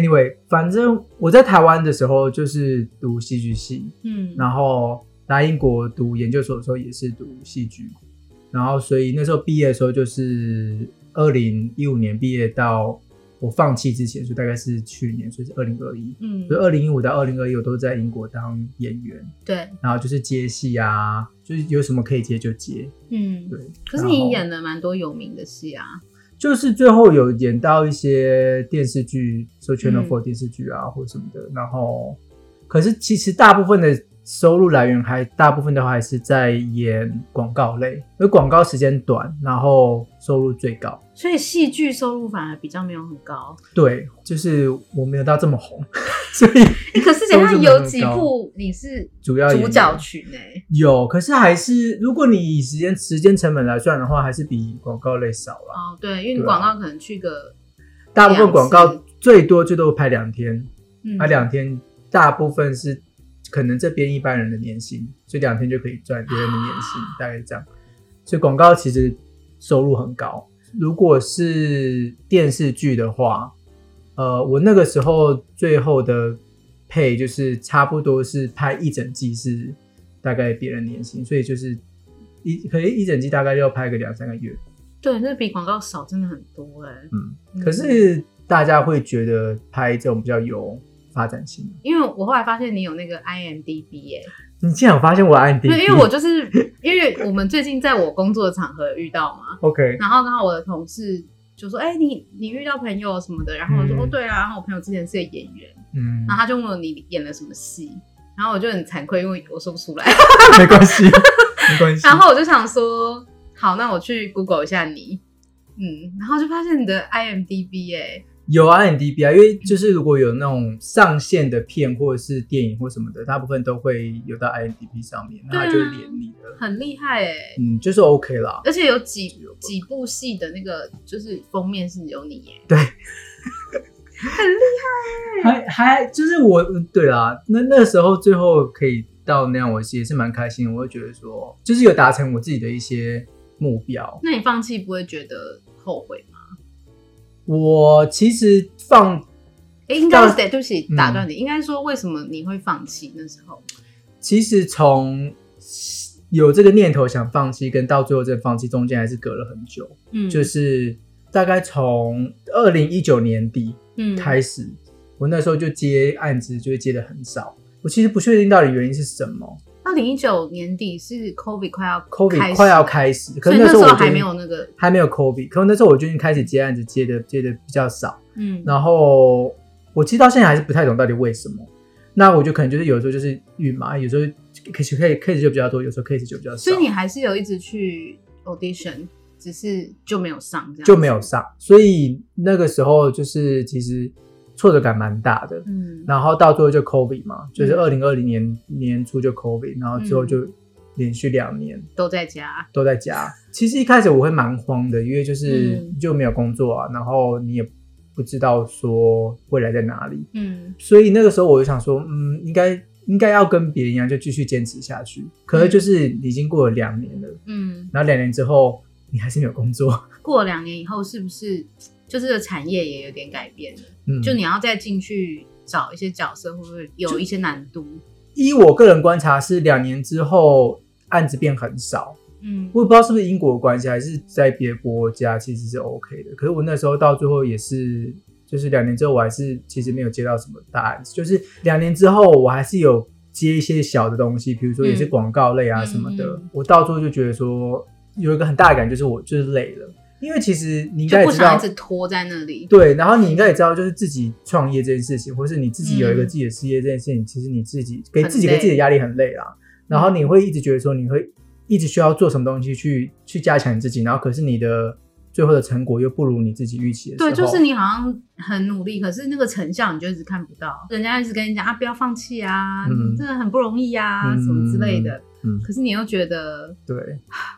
[SPEAKER 2] ，Anyway，反正我在台湾的时候就是读戏剧系，
[SPEAKER 1] 嗯，
[SPEAKER 2] 然后来英国读研究所的时候也是读戏剧，然后所以那时候毕业的时候就是二零一五年毕业到我放弃之前，所以大概是去年，所以是二零二一。
[SPEAKER 1] 嗯
[SPEAKER 2] 所以二零一五到二零二一，我都在英国当演员，
[SPEAKER 1] 对，
[SPEAKER 2] 然后就是接戏啊，就是有什么可以接就接。
[SPEAKER 1] 嗯，
[SPEAKER 2] 对，
[SPEAKER 1] 可是
[SPEAKER 2] 然
[SPEAKER 1] 你
[SPEAKER 2] 后
[SPEAKER 1] 演了蛮多有名的戏啊，
[SPEAKER 2] 就是最后有演到一些电视剧，说 Channel
[SPEAKER 1] 嗯
[SPEAKER 2] Four 电视剧啊、或什么的，然后可是其实大部分的收入来源还大部分的话还是在演广告类，因为广告时间短，然后收入最高。
[SPEAKER 1] 所以戏剧收入反而比较没有很高。
[SPEAKER 2] 对，就是我没有到这么红， 所以
[SPEAKER 1] 哎、可是等一下
[SPEAKER 2] 收入没有
[SPEAKER 1] 有
[SPEAKER 2] 很
[SPEAKER 1] 几
[SPEAKER 2] 高
[SPEAKER 1] 部你是
[SPEAKER 2] 主要演
[SPEAKER 1] 主
[SPEAKER 2] 员
[SPEAKER 1] 角群哎、
[SPEAKER 2] 有，可是还是如果你以时间时间成本来算的话，还是比广告类少啦。
[SPEAKER 1] 哦，对，因为
[SPEAKER 2] 对
[SPEAKER 1] 你
[SPEAKER 2] 啊
[SPEAKER 1] 广告可能去个
[SPEAKER 2] 大部分广
[SPEAKER 1] 两
[SPEAKER 2] 告
[SPEAKER 1] 次
[SPEAKER 2] 最多最多拍两天，
[SPEAKER 1] 嗯
[SPEAKER 2] 那啊两天大部分是可能这边一般人的年薪，所以两天就可以赚别人的年薪，大概是这样。所以广告其实收入很高。如果是电视剧的话，呃，我那个时候最后的配就是差不多是拍一整季是大概别人年薪，所以就是一可能一整季大概要拍个两三个月。
[SPEAKER 1] 对，那比广告少真的很多哎、
[SPEAKER 2] 嗯
[SPEAKER 1] 嗯
[SPEAKER 2] 可是大家会觉得拍这种比较有发展性。
[SPEAKER 1] 因为我后来发现你有那个 IMDB 哎、
[SPEAKER 2] 你竟然有发现我按第一，
[SPEAKER 1] 对，因为我就是因为我们最近在我工作的场合遇到嘛，
[SPEAKER 2] OK，
[SPEAKER 1] 然后刚好我的同事就说：“哎、你你遇到朋友什么的？”然后我说：“
[SPEAKER 2] 嗯
[SPEAKER 1] 哦，对啊。”然后我朋友之前是个演员，
[SPEAKER 2] 嗯
[SPEAKER 1] 然，后他就问我你演了什么戏，然后我就很惭愧，因为我说不 出来。
[SPEAKER 2] 没关系，没关系。
[SPEAKER 1] 然后我就想说，好，那我去 Google 一下你，嗯，然后就发现你的 IMDB 哎、
[SPEAKER 2] 有 IMDB 啊，因为就是如果有那种上线的片或者是电影或什么的，大部分都会有到 IMDB 上面，
[SPEAKER 1] 对
[SPEAKER 2] 那
[SPEAKER 1] 啊
[SPEAKER 2] 它就连你的，
[SPEAKER 1] 很厉害哎、
[SPEAKER 2] 嗯，就是 OK 啦。
[SPEAKER 1] 而且有几几部戏的那个就是封面是有你耶、
[SPEAKER 2] 还还就是我对啦，那那时候最后可以到那样，我也是蛮开心的。我会觉得说，就是有达成我自己的一些目标。
[SPEAKER 1] 那你放弃不会觉得后悔吗？
[SPEAKER 2] 我其实放
[SPEAKER 1] 哎、应该是对，对不起
[SPEAKER 2] 嗯，
[SPEAKER 1] 打断你，应该说为什么你会放弃那时候？
[SPEAKER 2] 其实从有这个念头想放弃，跟到最后真的放弃中间还是隔了很久，
[SPEAKER 1] 嗯，
[SPEAKER 2] 就是大概从二零一九年底
[SPEAKER 1] 嗯
[SPEAKER 2] 开始，我那时候就接案子，就会接的很少。我其实不确定到底原因是什么
[SPEAKER 1] 二零一九年底是 COVID 快要开
[SPEAKER 2] ，COVID
[SPEAKER 1] 始
[SPEAKER 2] 快要，开始，可
[SPEAKER 1] 所以
[SPEAKER 2] 是
[SPEAKER 1] 那
[SPEAKER 2] 时
[SPEAKER 1] 时
[SPEAKER 2] 候
[SPEAKER 1] 候
[SPEAKER 2] 我就
[SPEAKER 1] 还没有那个，
[SPEAKER 2] 还没有 COVID，可是那时候我就已经开始接案子，接的接的比较少。
[SPEAKER 1] 嗯，
[SPEAKER 2] 然后我其实到现在还是不太懂到底为什么。那我就可能就是有时候就是晕嘛，有时候 case case case 就比较多，有时候 case 就比较少，
[SPEAKER 1] 所以你还是有一直去 audition，只是就没有上这样，
[SPEAKER 2] 就没有，上。所以那个时候就是其实挫折感蛮大的。
[SPEAKER 1] 嗯，
[SPEAKER 2] 然后到最后就 COVID 嘛，就是
[SPEAKER 1] 嗯
[SPEAKER 2] 二零二零年年初就 COVID，然后之后就连续两年
[SPEAKER 1] 都在家，
[SPEAKER 2] 都在家。其实一开始我会蛮慌的，因为就是
[SPEAKER 1] 嗯
[SPEAKER 2] 就没有工作啊，然后你也不知道说未来在哪里。
[SPEAKER 1] 嗯
[SPEAKER 2] 所以那个时候我就想说，嗯，应该应该要跟别人一样，就继续坚持下去。可是就是已经过了两年了，
[SPEAKER 1] 嗯，
[SPEAKER 2] 然后两年之后你还是没有工作，
[SPEAKER 1] 过两年以后是不是就这个产业也有点改变了？
[SPEAKER 2] 嗯，
[SPEAKER 1] 就你要再进去找一些角色，会不会有一些难度？
[SPEAKER 2] 依我个人观察是两年之后案子变很少，
[SPEAKER 1] 嗯
[SPEAKER 2] 我也不知道是不是英国的关系，还是在别的国家其实是 OK 的。可是我那时候到最后也是。就是两年之后，我还是其实没有接到什么大案子。就是两年之后，我还是有接一些小的东西，比如说也是
[SPEAKER 1] 嗯
[SPEAKER 2] 广告类啊
[SPEAKER 1] 嗯
[SPEAKER 2] 什么的。
[SPEAKER 1] 嗯嗯
[SPEAKER 2] 我到最后就觉得说，有一个很大的感觉就是我就是累了，因为其实你应
[SPEAKER 1] 就
[SPEAKER 2] 该也
[SPEAKER 1] 不
[SPEAKER 2] 知道
[SPEAKER 1] 想一，直拖在那里。
[SPEAKER 2] 对，然后你应该也知道，就是自己创业这件事情，或是你自己有一个
[SPEAKER 1] 嗯
[SPEAKER 2] 自己的事业这件事情，其实你自己给
[SPEAKER 1] 很
[SPEAKER 2] 自己给
[SPEAKER 1] 累嗯
[SPEAKER 2] 自己的压力很累啦。然后你会一直觉得说，你会一直需要做什么东西去去加强你自己，然后可是你的最后的成果又不如你自己预期的时候，
[SPEAKER 1] 对，就是你好像很努力，可是那个成效你就一直看不到，人家一直跟你讲啊，不要放弃啊，
[SPEAKER 2] 嗯
[SPEAKER 1] 你真的很不容易啊，
[SPEAKER 2] 嗯
[SPEAKER 1] 什么之类的。
[SPEAKER 2] 嗯
[SPEAKER 1] 可是你又觉得，
[SPEAKER 2] 对，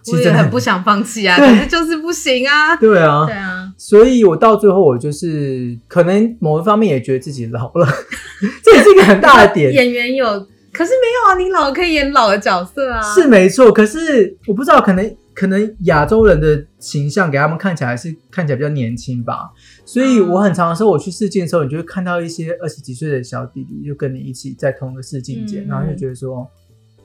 [SPEAKER 2] 其
[SPEAKER 1] 我
[SPEAKER 2] 实
[SPEAKER 1] 也
[SPEAKER 2] 真的
[SPEAKER 1] 很不想放弃啊，可
[SPEAKER 2] 对
[SPEAKER 1] 是就是不行啊。
[SPEAKER 2] 对啊，
[SPEAKER 1] 对啊，
[SPEAKER 2] 所以我到最后我就是可能某一方面也觉得自己老了， 这也是一个很大的点。
[SPEAKER 1] 演员有，可是没有啊，你老了可以演老的角色啊。
[SPEAKER 2] 是没错，可是我不知道，可能可能亚洲人的形象给他们看起来是看起来比较年轻吧，所以我很常的时候我去试镜的时候，你就会看到一些二十几岁的小弟弟就跟你一起在同一个试镜间，
[SPEAKER 1] 嗯
[SPEAKER 2] 然后就觉得说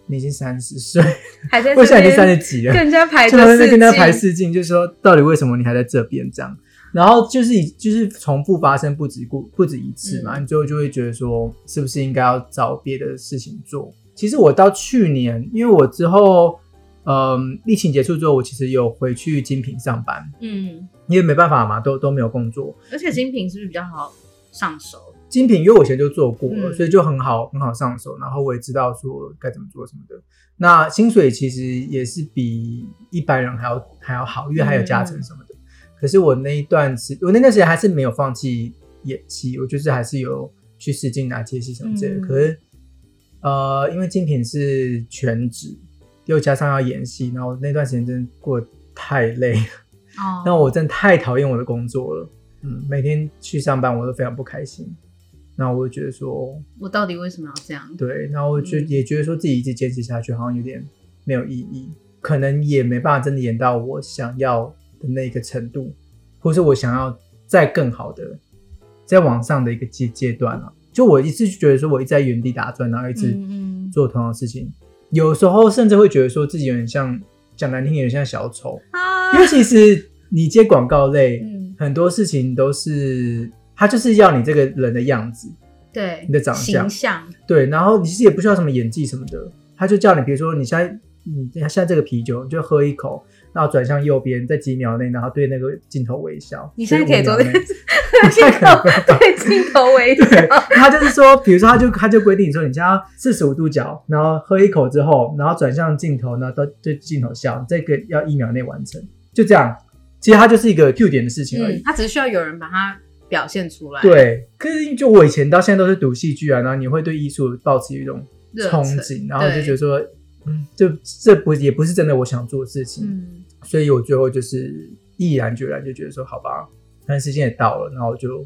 [SPEAKER 2] 你已经三十岁，
[SPEAKER 1] 还在这
[SPEAKER 2] 我现在已经三
[SPEAKER 1] 边
[SPEAKER 2] 十几了，
[SPEAKER 1] 跟人家排
[SPEAKER 2] 就
[SPEAKER 1] 着
[SPEAKER 2] 在那
[SPEAKER 1] 试
[SPEAKER 2] 边跟他排
[SPEAKER 1] 镜
[SPEAKER 2] 试镜，就说到底为什么你还在这边这样？然后就是以就是重复发生不止故不止一次嘛，
[SPEAKER 1] 嗯
[SPEAKER 2] 你最后就会觉得说，是不是应该要找别的事情做？其实我到去年，因为我之后，嗯，疫情结束之后，我其实有回去精品上班，
[SPEAKER 1] 嗯，
[SPEAKER 2] 因为没办法嘛，都都没有工作。
[SPEAKER 1] 而且精品是不是比较好上手？
[SPEAKER 2] 精品，因为我以前就做过了，
[SPEAKER 1] 嗯
[SPEAKER 2] 所以就很好很好上手，然后我也知道说该怎么做什么的。那薪水其实也是比一般人还要还要好，因为还有加成什么
[SPEAKER 1] 嗯
[SPEAKER 2] 的。可是我那一段时，我那段时间还是没有放弃演戏，我就是还是有去试镜拿接戏什么之类的。
[SPEAKER 1] 嗯
[SPEAKER 2] 可是呃，因为精品是全职，又加上要演戏，然后那段时间真的过得太累了。
[SPEAKER 1] 哦，
[SPEAKER 2] 那我真的太讨厌我的工作了，嗯，每天去上班我都非常不开心。那我就觉得说，
[SPEAKER 1] 我到底为什么要这样？
[SPEAKER 2] 对，然后我就
[SPEAKER 1] 嗯
[SPEAKER 2] 也觉得说自己一直坚持下去好像有点没有意义，可能也没办法真的演到我想要的那个程度，或是我想要再更好的，再往上的一个阶阶段啊。就我一直觉得说我一直在原地打转，然后一直
[SPEAKER 1] 嗯嗯
[SPEAKER 2] 做同样的事情，有时候甚至会觉得说自己有点像讲难听点，有点像小丑，
[SPEAKER 1] 啊
[SPEAKER 2] 因为其实你接广告类，
[SPEAKER 1] 嗯，
[SPEAKER 2] 很多事情都是他就是要你这个人的样子，
[SPEAKER 1] 对，
[SPEAKER 2] 你的长相
[SPEAKER 1] 形象，
[SPEAKER 2] 对，然后你其实也不需要什么演技什么的，他就叫你，比如说你现在你现在这个啤酒，你就喝一口，然后转向右边，在几秒内，然后对那个镜头微笑。
[SPEAKER 1] 你现在可以做
[SPEAKER 2] 这
[SPEAKER 1] 这
[SPEAKER 2] 个
[SPEAKER 1] 个，
[SPEAKER 2] 我现在可能没有办法
[SPEAKER 1] 对镜头微笑，
[SPEAKER 2] 对，他就是说，比如说，他就他就规定说，你现在四十五度角，然后喝一口之后，然后转向镜头，然后到对镜头笑，这个要一秒内完成，就这样。其实它就是一个 Q 点的事情而已。
[SPEAKER 1] 嗯，他只是需要有人把它表现出来，，
[SPEAKER 2] 对，可是就我以前到现在都是读戏剧啊，然后你会对艺术抱持一种
[SPEAKER 1] 热
[SPEAKER 2] 憧
[SPEAKER 1] 忱，
[SPEAKER 2] 憬，然后就
[SPEAKER 1] 对
[SPEAKER 2] 觉得说，嗯，这这不也不是真的我想做的事情，
[SPEAKER 1] 嗯，
[SPEAKER 2] 所以我最后就是毅然决然就觉得说，好吧，但时间也到了，然后我就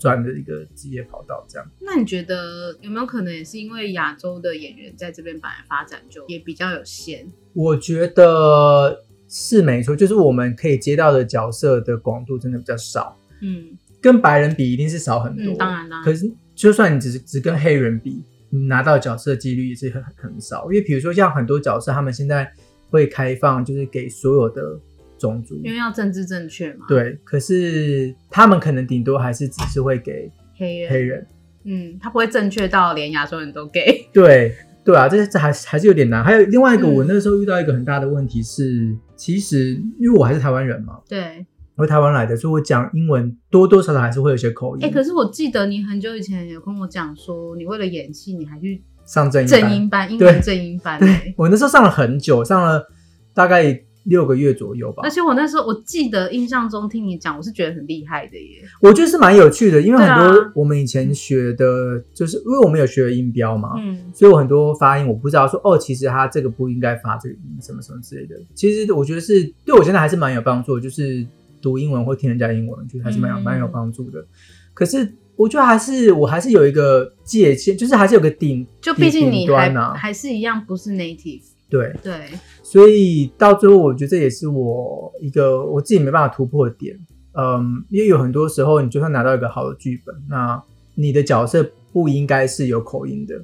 [SPEAKER 2] 转了一个职业跑道，这样。
[SPEAKER 1] 那你觉得有没有可能也是因为亚洲的演员在这边本来发展就也比较有限？
[SPEAKER 2] 我觉得是没错，就是我们可以接到的角色的广度真的比较少，
[SPEAKER 1] 嗯
[SPEAKER 2] 跟白人比一定是少很多，
[SPEAKER 1] 嗯，当然当然，
[SPEAKER 2] 可是，就算你只是只跟黑人比，你拿到角色几率也是很很少。因为比如说像很多角色，他们现在会开放，就是给所有的种族
[SPEAKER 1] 因。为要政治正确嘛，，
[SPEAKER 2] 对，可是他们可能顶多还是只是会给
[SPEAKER 1] 黑人，
[SPEAKER 2] 黑人。
[SPEAKER 1] 嗯，他不会正确到连亚洲人都给，
[SPEAKER 2] 对对啊，这这还还是有点难。还有另外一个，
[SPEAKER 1] 嗯
[SPEAKER 2] 我那时候遇到一个很大的问题是，其实因为我还是台湾人嘛，
[SPEAKER 1] 对，
[SPEAKER 2] 我是台湾来的，所以我讲英文多多少少还是会有些口 音。
[SPEAKER 1] 哎、可是我记得你很久以前有跟我讲说，你为了演戏，你还去
[SPEAKER 2] 上正音班
[SPEAKER 1] 正音班，英
[SPEAKER 2] 对
[SPEAKER 1] 文正音班、欸。
[SPEAKER 2] 我那时候上了很久，上了大概六个月左右吧
[SPEAKER 1] 而。且我那时候，我记得印象中听你讲，我是觉得很厉害的耶。
[SPEAKER 2] 我觉得是蛮有趣的，因为很
[SPEAKER 1] 对
[SPEAKER 2] 多
[SPEAKER 1] 啊
[SPEAKER 2] 我们以前学的，就是因为我们有学音标嘛，
[SPEAKER 1] 嗯，
[SPEAKER 2] 所以我很多发音我不知道说哦，其实它这个不应该发这个音，什么什么之类的。其实我觉得是对我现在还是蛮有帮助的，就是读英文或听人家英文，我觉得还是蛮有
[SPEAKER 1] 嗯
[SPEAKER 2] 蛮、有帮助的。可是我觉得还是我还是有一个界限，就是还是有个顶，
[SPEAKER 1] 就毕竟
[SPEAKER 2] 顶
[SPEAKER 1] 你还、
[SPEAKER 2] 端啊，
[SPEAKER 1] 还是一样不是 native，
[SPEAKER 2] 对。
[SPEAKER 1] 对，
[SPEAKER 2] 所以到最后，我觉得这也是我一个我自己没办法突破的点。嗯，因为有很多时候，你就算拿到一个好的剧本，那你的角色不应该是有口音的，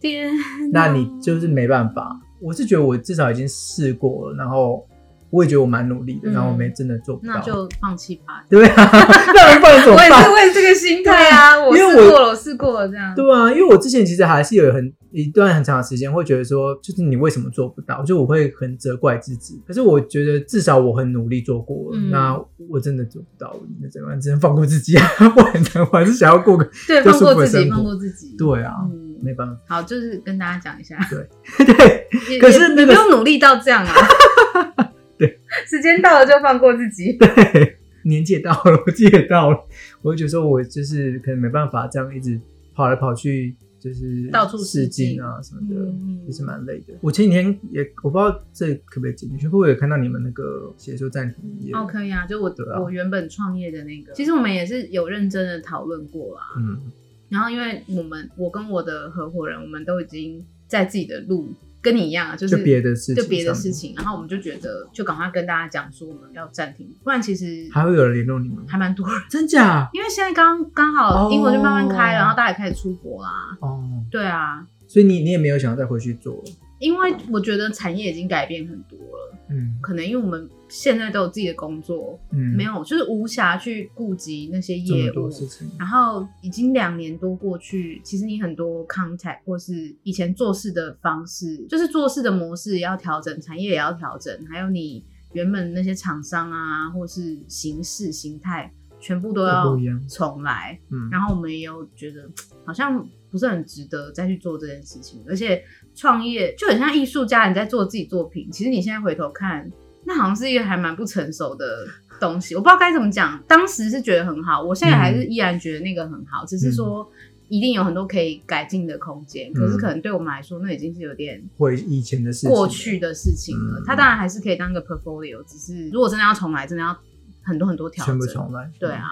[SPEAKER 1] 天哪，
[SPEAKER 2] 那你就是没办法。我是觉得我至少已经试过了，然后我也觉得我蛮努力的，
[SPEAKER 1] 嗯
[SPEAKER 2] 然后我没真的做不到
[SPEAKER 1] 那，就放弃吧。
[SPEAKER 2] 对啊， 那人不然怎么
[SPEAKER 1] 我也
[SPEAKER 2] 办
[SPEAKER 1] 是？为这个心态啊，我
[SPEAKER 2] 因为
[SPEAKER 1] 试
[SPEAKER 2] 我
[SPEAKER 1] 过了，我试过了这样。
[SPEAKER 2] 对啊，因为我之前其实还是有很一段很长的时间会觉得说，就是你为什么做不到？就我会很责怪自己。可是我觉得至少我很努力做过了，
[SPEAKER 1] 嗯
[SPEAKER 2] 那我真的做不到，那怎么 办？只能放过自己啊！不然我还是想要过个
[SPEAKER 1] 对，
[SPEAKER 2] 就
[SPEAKER 1] 放过自
[SPEAKER 2] 舒服的
[SPEAKER 1] 己，
[SPEAKER 2] 生活
[SPEAKER 1] 放过自己。
[SPEAKER 2] 对啊，
[SPEAKER 1] 嗯，
[SPEAKER 2] 没办法。
[SPEAKER 1] 好，就是跟大家讲一下，
[SPEAKER 2] 对，
[SPEAKER 1] 也
[SPEAKER 2] 可是
[SPEAKER 1] 也也
[SPEAKER 2] 那个
[SPEAKER 1] 不用努力到这 样啊。
[SPEAKER 2] 对，
[SPEAKER 1] 时间到了就放过自己。
[SPEAKER 2] 年纪也到了，我自己也到了，我就觉得说我就是可能没办法这样一直跑来跑去，就是
[SPEAKER 1] 到处
[SPEAKER 2] 试
[SPEAKER 1] 试镜
[SPEAKER 2] 镜啊什么的。
[SPEAKER 1] 嗯
[SPEAKER 2] 也是蛮累的。我前几天也，我不知道这可不可以剪进去，会不会有看到你们那个写作暂停页？
[SPEAKER 1] 哦，可以啊，就我、
[SPEAKER 2] 对啊
[SPEAKER 1] 我原本创业的那个，其实我们也是有认真的讨论过啊啦。
[SPEAKER 2] 嗯，
[SPEAKER 1] 然后因为我们我跟我的合伙人，我们都已经在自己的路，跟你一样啊，就是
[SPEAKER 2] 就别的事情，
[SPEAKER 1] 就别的事，情，然后我们就觉得就赶快跟大家讲说我们要暂停，不然其实
[SPEAKER 2] 还会有人联络你们吗？
[SPEAKER 1] 还蛮多人，
[SPEAKER 2] 真假？
[SPEAKER 1] 因为现在刚刚好
[SPEAKER 2] 哦
[SPEAKER 1] 英国就慢慢开了，然后大家也开始出国啦。
[SPEAKER 2] 哦，
[SPEAKER 1] 对啊，
[SPEAKER 2] 所以你你也没有想要再回去做了？
[SPEAKER 1] 因为我觉得产业已经改变很多了，
[SPEAKER 2] 嗯
[SPEAKER 1] 可能因为我们现在都有自己的工作，
[SPEAKER 2] 嗯，
[SPEAKER 1] 没有就是无暇去顾及那些
[SPEAKER 2] 这
[SPEAKER 1] 业
[SPEAKER 2] 么
[SPEAKER 1] 务
[SPEAKER 2] 多。事情，
[SPEAKER 1] 然后已经两年多过去，其实你很多 contact 或是以前做事的方式，就是做事的模式也要调整，产业也要调整，还有你原本那些厂商啊，或是形式形态，全部都
[SPEAKER 2] 都
[SPEAKER 1] 要
[SPEAKER 2] 不一样
[SPEAKER 1] 重来。
[SPEAKER 2] 嗯，
[SPEAKER 1] 然后我们也有觉得好像不是很值得再去做这件事情，而且创业就很像艺术家，你在做自己作品，其实你现在回头看，那好像是一个还蛮不成熟的东西，我不知道该怎么讲。当时是觉得很好，我现在
[SPEAKER 2] 嗯
[SPEAKER 1] 还是依然觉得那个很好，只是说。一定有很多可以改进的空间，可是可能对我们来说，那已经是有点
[SPEAKER 2] 回以前嗯的事情，
[SPEAKER 1] 过去的事情了。
[SPEAKER 2] 嗯
[SPEAKER 1] 它当然还是可以当一个 portfolio，只是如果真的要重来，真的要很多很多调整
[SPEAKER 2] 全部。重来，
[SPEAKER 1] 对，啊，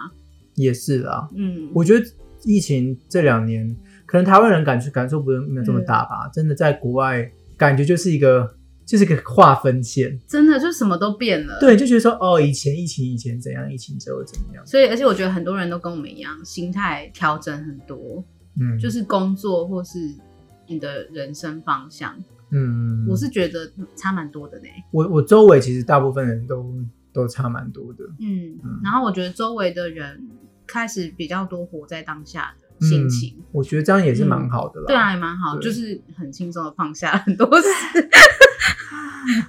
[SPEAKER 2] 也是啊。
[SPEAKER 1] 嗯，
[SPEAKER 2] 我觉得疫情这两年，可能台湾人感觉感受不是没有这么大吧，
[SPEAKER 1] 嗯
[SPEAKER 2] 真的在国外感觉就是一个就是一个划分线。
[SPEAKER 1] 真的就什么都变了。
[SPEAKER 2] 对，就觉得说哦，以前疫情以前怎样，疫情之后怎么样，
[SPEAKER 1] 所以，而且我觉得很多人都跟我们一样，心态调整很多，
[SPEAKER 2] 嗯，
[SPEAKER 1] 就是是工作或是你的人生方向，
[SPEAKER 2] 嗯，
[SPEAKER 1] 我是觉得差蛮多的呢。
[SPEAKER 2] 我我周围其实大部分人都都差蛮多的，
[SPEAKER 1] 嗯
[SPEAKER 2] 嗯，
[SPEAKER 1] 然后我觉得周围的人开始比较多活在当下的心情，
[SPEAKER 2] 嗯，我觉得这样也是蛮好的啦。
[SPEAKER 1] 对啊，，也蛮好，
[SPEAKER 2] 对
[SPEAKER 1] 就是很轻松的放下很多 事，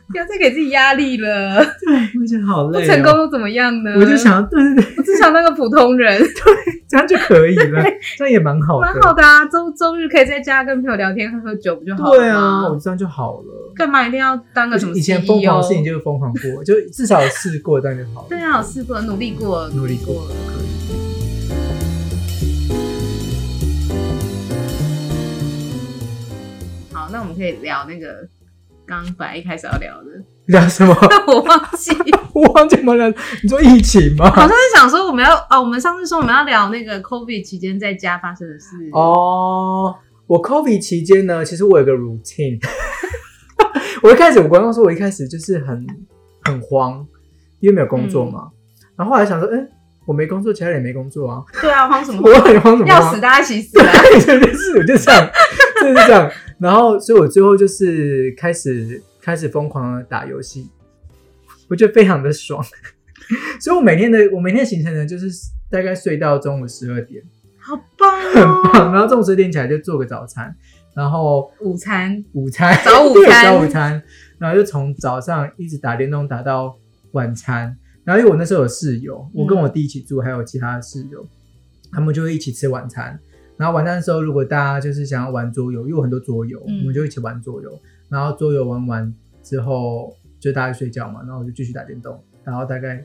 [SPEAKER 1] 不要再给自己压力了。
[SPEAKER 2] 对， 我觉得好
[SPEAKER 1] 不
[SPEAKER 2] 累、哦，
[SPEAKER 1] 成功又怎么样呢？
[SPEAKER 2] 我就，想，哦对对对，
[SPEAKER 1] 我只想当个普通人，
[SPEAKER 2] 这样就可以 了，这样也蛮好的，
[SPEAKER 1] 蛮好的啊。周周日可以在家跟朋友聊天、喝喝酒，不就好了吗？
[SPEAKER 2] 对啊，我这样就好了。
[SPEAKER 1] 干嘛一定要当个什么 E
[SPEAKER 2] 以前
[SPEAKER 1] CEO
[SPEAKER 2] 疯狂的事情就是疯狂过，就至少试过，这样就好了。
[SPEAKER 1] 对啊，我试过，努力过，
[SPEAKER 2] 努力过
[SPEAKER 1] 了。
[SPEAKER 2] 可以。
[SPEAKER 1] 好，那我们可以聊那个刚刚本来一开始要 聊的，
[SPEAKER 2] 聊什么？
[SPEAKER 1] 但我忘记，
[SPEAKER 2] 我忘记我们聊，你说疫情吗？
[SPEAKER 1] 好像是想说我们要哦，我们上次说我们要聊那个 COVID 期间在家发生的事。
[SPEAKER 2] 哦，我 COVID 期间呢，其实我有个 routine。我一开始我刚刚说，我一开始就是很很慌，因为没有工作
[SPEAKER 1] 嗯
[SPEAKER 2] 嘛。然后后来想说，哎、我没工作，其他人也没工作啊，
[SPEAKER 1] 对啊，慌什么
[SPEAKER 2] 我
[SPEAKER 1] 慌？
[SPEAKER 2] 很慌什么
[SPEAKER 1] 要
[SPEAKER 2] 慌
[SPEAKER 1] 死？大家一起死啊！
[SPEAKER 2] 就是我就这样，就是这样。然后，所以我最后就是开始开始疯狂的打游戏，我觉得非常的爽。 所以我每天的我每天的行程呢，就是大概睡到中午十二点，
[SPEAKER 1] 好棒
[SPEAKER 2] 很棒。啊
[SPEAKER 1] 哦！
[SPEAKER 2] 然后中午十点起来就做个早餐，然后
[SPEAKER 1] 午餐
[SPEAKER 2] 午餐
[SPEAKER 1] 早午
[SPEAKER 2] 对
[SPEAKER 1] 餐
[SPEAKER 2] 早午餐，然后就从早上一直打电动打到晚餐。然后因为我那时候有室友，我
[SPEAKER 1] 嗯
[SPEAKER 2] 跟我弟一起住，还有其他的室友，他们就会一起吃晚餐。然后晚餐的时候，如果大家就是想要玩桌游，因为有很多桌游，
[SPEAKER 1] 嗯
[SPEAKER 2] 我们就一起玩桌游。然后桌游玩完之后，就大家睡觉嘛，然后我就继续打电动，然后大概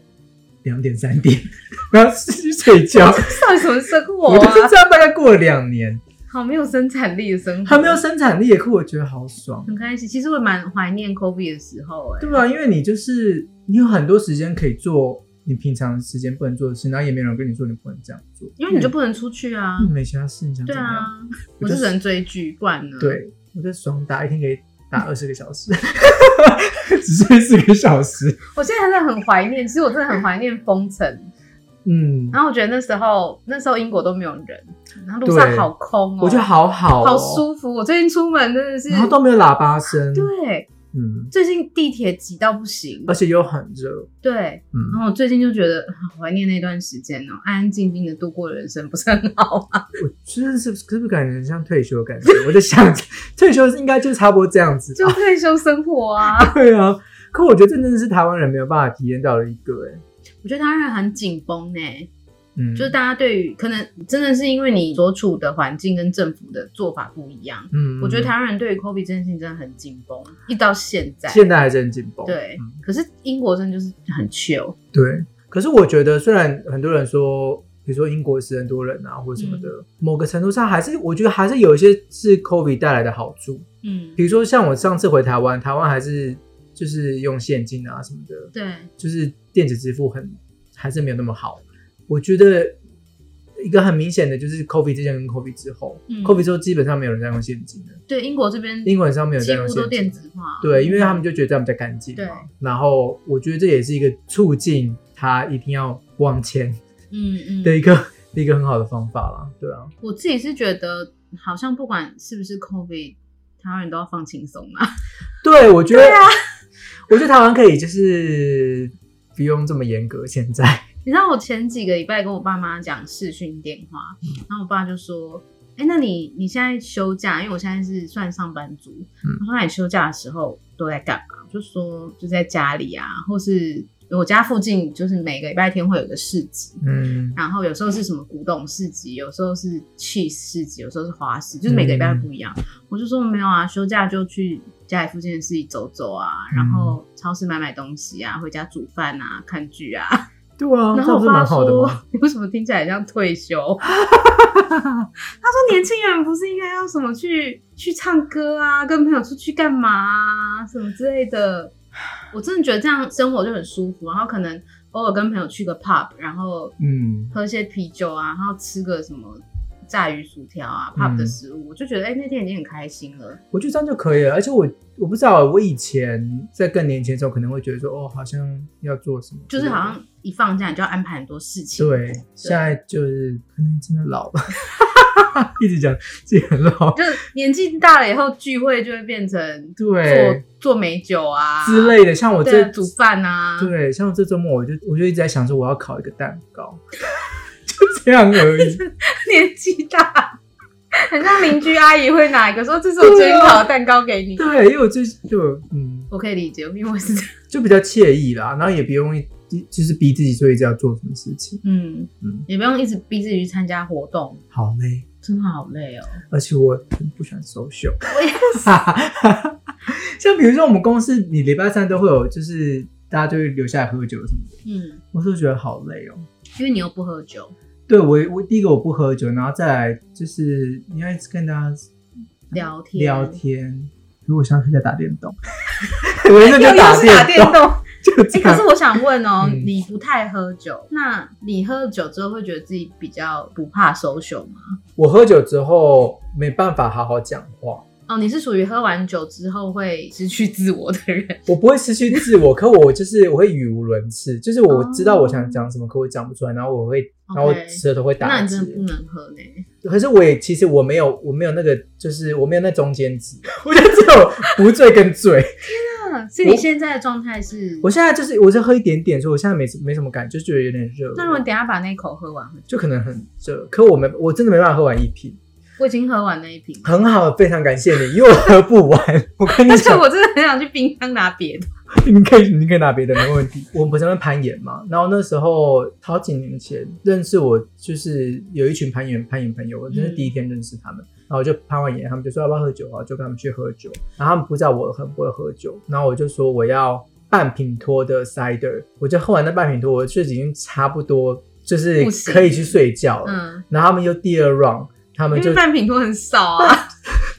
[SPEAKER 2] 两点三点， 然后继续睡觉。
[SPEAKER 1] 到底什么生活
[SPEAKER 2] 我就是
[SPEAKER 1] 啊？
[SPEAKER 2] 这样，大概过了两年，
[SPEAKER 1] 好没有生产力的生活，
[SPEAKER 2] 还没有生产力，可我觉得好爽。
[SPEAKER 1] 很开心。其实我也蛮怀念 COVID 的时候，哎，
[SPEAKER 2] 对啊，因为你就是你有很多时间可以做你平常时间不能做的事，然后也没有人跟你说你不能这样做，
[SPEAKER 1] 因为你就不能出去啊
[SPEAKER 2] 因为。你没其他事，你想
[SPEAKER 1] 对
[SPEAKER 2] 嗯怎么样？
[SPEAKER 1] 啊，我
[SPEAKER 2] 我就是
[SPEAKER 1] 人追剧，不然呢？
[SPEAKER 2] 对，我在爽打一天可以打二十个小时， 只睡四个小时。
[SPEAKER 1] 我现在真的很怀念，其实我真的很怀念封城。
[SPEAKER 2] 嗯，
[SPEAKER 1] 然后我觉得那时候，那时候英国都没有人，然后路上
[SPEAKER 2] 对
[SPEAKER 1] 好空哦，
[SPEAKER 2] 我觉得好好、哦，
[SPEAKER 1] 好舒服。我最近出门真的是，
[SPEAKER 2] 然后都没有喇叭声，
[SPEAKER 1] 对，
[SPEAKER 2] 嗯，
[SPEAKER 1] 最近地铁挤到不行
[SPEAKER 2] 而，且又很热，
[SPEAKER 1] 对。然
[SPEAKER 2] 嗯，
[SPEAKER 1] 后我最近就觉得好怀念那段时间哦，安安静静的度过人生不是很好 吗？
[SPEAKER 2] 我真的是是不是感觉很像退休的感觉？我在想， 退休应该就差不多这样子
[SPEAKER 1] 就
[SPEAKER 2] 吧。
[SPEAKER 1] 退休生活啊，
[SPEAKER 2] 对啊，可我觉得这真的是台湾人没有办法体验到的一个、欸，
[SPEAKER 1] 我觉得他人很紧绷呢，
[SPEAKER 2] 嗯，
[SPEAKER 1] 就是大家对于可能真的是因为你所处的环境跟政府的做法不一样，
[SPEAKER 2] 嗯，
[SPEAKER 1] 我觉得台湾人对于 COVID 这件事情真的很紧绷，一直到现在。
[SPEAKER 2] 现在还是很紧绷，
[SPEAKER 1] 对
[SPEAKER 2] 嗯，
[SPEAKER 1] 可是英国真的就是很 chill，
[SPEAKER 2] 对，可是我觉得，虽然很多人说，比如说英国死很多人啊，或者什么的，
[SPEAKER 1] 嗯
[SPEAKER 2] 某个程度上还是，我觉得还是有一些是 COVID 带来的好处。
[SPEAKER 1] 嗯，
[SPEAKER 2] 比如说像我上次回台湾，台湾还是就是用现金啊什么的，
[SPEAKER 1] 对，
[SPEAKER 2] 就是电子支付很还是没有那么好。我觉得一个很明显的就是 COVID 之前跟 COVID 之后、
[SPEAKER 1] 嗯
[SPEAKER 2] c o v i d 之后基本上没有人在用现金了，
[SPEAKER 1] 对，英国这边
[SPEAKER 2] 英文上没有人
[SPEAKER 1] 几
[SPEAKER 2] 在用
[SPEAKER 1] 乎
[SPEAKER 2] 现
[SPEAKER 1] 都
[SPEAKER 2] 金，
[SPEAKER 1] 电子化，
[SPEAKER 2] 对，因为他们就觉得这样比较干净
[SPEAKER 1] 对
[SPEAKER 2] 嘛。然后我觉得这也是一个促进他一定要往前
[SPEAKER 1] 嗯嗯，
[SPEAKER 2] 的一个、 一个很好的方法啦。对 啊，
[SPEAKER 1] 我自己是觉得好像不管是不是 COVID，台湾人都要放轻松啊，
[SPEAKER 2] 对我觉得， 我觉得台湾可以就是不用这么严格。现 在，
[SPEAKER 1] 你知道我前几个礼拜跟我爸妈讲视讯电话，然后我爸就说：“哎、那你你现在休假？因为我现在是算上班族。
[SPEAKER 2] 嗯
[SPEAKER 1] 他说：“那你休假的时候都在干嘛？”我就说：“就在家里啊，或是我家附近，就是每个礼拜天会有个市集，
[SPEAKER 2] 嗯
[SPEAKER 1] 然后有时候是什么古董市集，有时候是 cheese 市集，有时候是花市，就是每个礼拜不一样。我就说：“没有啊，休假就去家里附近的市集走走啊，然后超市买买东西啊，回家煮饭啊，看剧啊。”
[SPEAKER 2] 对啊，
[SPEAKER 1] 然
[SPEAKER 2] 这
[SPEAKER 1] 后
[SPEAKER 2] 样
[SPEAKER 1] 我
[SPEAKER 2] 不是
[SPEAKER 1] 爸
[SPEAKER 2] 蛮好的
[SPEAKER 1] 说
[SPEAKER 2] 吗？：“
[SPEAKER 1] 你为什么听起来像退休？” 他说：“年轻人不是应该要什么去去唱歌啊，跟朋友出去干嘛啊，什么之类的。”我真的觉得这样生活就很舒服，然后可能偶尔跟朋友去个 pub，然后
[SPEAKER 2] 嗯，
[SPEAKER 1] 喝些啤酒啊，然后吃个什么炸鱼薯条啊，pub
[SPEAKER 2] 嗯
[SPEAKER 1] 的食物，我就觉得哎、那天已经很开心了。
[SPEAKER 2] 我觉得这样就可以了。而且我我不知道，我以前在更年轻的时候，可能会觉得说，哦，好像要做什么之
[SPEAKER 1] 就
[SPEAKER 2] 类的，
[SPEAKER 1] 是好像一放假你就要安排很多事情，
[SPEAKER 2] 对，现在就是可能真的老了， 一直讲自己很老，
[SPEAKER 1] 就年纪大了以后聚会就会变成
[SPEAKER 2] 对
[SPEAKER 1] 做。做美酒啊
[SPEAKER 2] 之类的，像我
[SPEAKER 1] 对
[SPEAKER 2] 这
[SPEAKER 1] 啊，煮饭啊，
[SPEAKER 2] 对，像这周末我就我就一直在想说我要烤一个蛋糕， 就这样 而已。
[SPEAKER 1] 年纪大，很像邻居阿姨会拿一个说：“这是我最
[SPEAKER 2] 啊
[SPEAKER 1] 近烤的蛋糕给你。
[SPEAKER 2] 对，因为我最就嗯
[SPEAKER 1] 我可以理解，因为我是这样。
[SPEAKER 2] 就比较惬意啦，然后也不用一就是逼自己说一定要做什么事情，
[SPEAKER 1] 嗯
[SPEAKER 2] 嗯
[SPEAKER 1] 也不用一直逼自己去参加活动，
[SPEAKER 2] 好累。
[SPEAKER 1] 真的好累哦。
[SPEAKER 2] 而且我很不喜 欢 social，像 比如说我们公司，你礼拜三都会有，就是大家就会留下来喝酒什么的，
[SPEAKER 1] 嗯，
[SPEAKER 2] 我就觉得好累哦。
[SPEAKER 1] 因为你又不喝酒，
[SPEAKER 2] 对我，我第一个我不喝酒，然后再来就是你要一直跟大家
[SPEAKER 1] 聊天
[SPEAKER 2] 聊天。如果想睡觉打电 动，我一直
[SPEAKER 1] 哎又
[SPEAKER 2] 在
[SPEAKER 1] 又是打电
[SPEAKER 2] 动，
[SPEAKER 1] 动。
[SPEAKER 2] 就这
[SPEAKER 1] 哎、可
[SPEAKER 2] 样
[SPEAKER 1] 是。我想问哦、
[SPEAKER 2] 嗯
[SPEAKER 1] 你不太喝酒，那你喝了酒之后会觉得自己比较不怕 social 吗？
[SPEAKER 2] 我喝酒之后没办法好好讲话，
[SPEAKER 1] 哦，你是属于喝完酒之后会失去自我的人。
[SPEAKER 2] 我不会失去自我，可我就是我会语无伦次，就是我
[SPEAKER 1] 哦
[SPEAKER 2] 知道我想讲什么，可我讲不出来，然后我会，然后我
[SPEAKER 1] OK
[SPEAKER 2] 舌头会
[SPEAKER 1] 那
[SPEAKER 2] 打
[SPEAKER 1] 你
[SPEAKER 2] 结
[SPEAKER 1] 真。的不能喝呢？
[SPEAKER 2] 可是我也其实我没有，我没有那个，就是我没有那中 间值，我就只有不醉跟醉。
[SPEAKER 1] 啊，所以你现在的状态是
[SPEAKER 2] 我现在就是我是喝一点点，所以我现在没没什么感觉，就觉得有点热。
[SPEAKER 1] 那如果你等一下把那一口喝完，
[SPEAKER 2] 就可能很热，可我没我真的没办法喝完一瓶，
[SPEAKER 1] 我已经喝完那一瓶，
[SPEAKER 2] 很好，非常感谢你，因为我喝不 完。我跟你
[SPEAKER 1] 但是
[SPEAKER 2] 讲，
[SPEAKER 1] 我真的很想去冰箱拿别的。
[SPEAKER 2] 你可以你可以拿别的没问题。我们不是在那边攀岩嘛，然后那时候好几年前认识我，就是有一群攀岩攀岩朋友，我真是第一天认识他们。然后我就攀完岩，他们就说要不要喝酒啊，就跟他们去喝酒。然后他们不知道我很不会喝酒，然后我就说我要半品脱的 cider，我就喝完那半品脱，我就已经差不多就是
[SPEAKER 1] 不行
[SPEAKER 2] 可以去睡觉了。
[SPEAKER 1] 嗯，
[SPEAKER 2] 然后他们又第二 round，他们
[SPEAKER 1] 因
[SPEAKER 2] 就
[SPEAKER 1] 为半品都很少啊，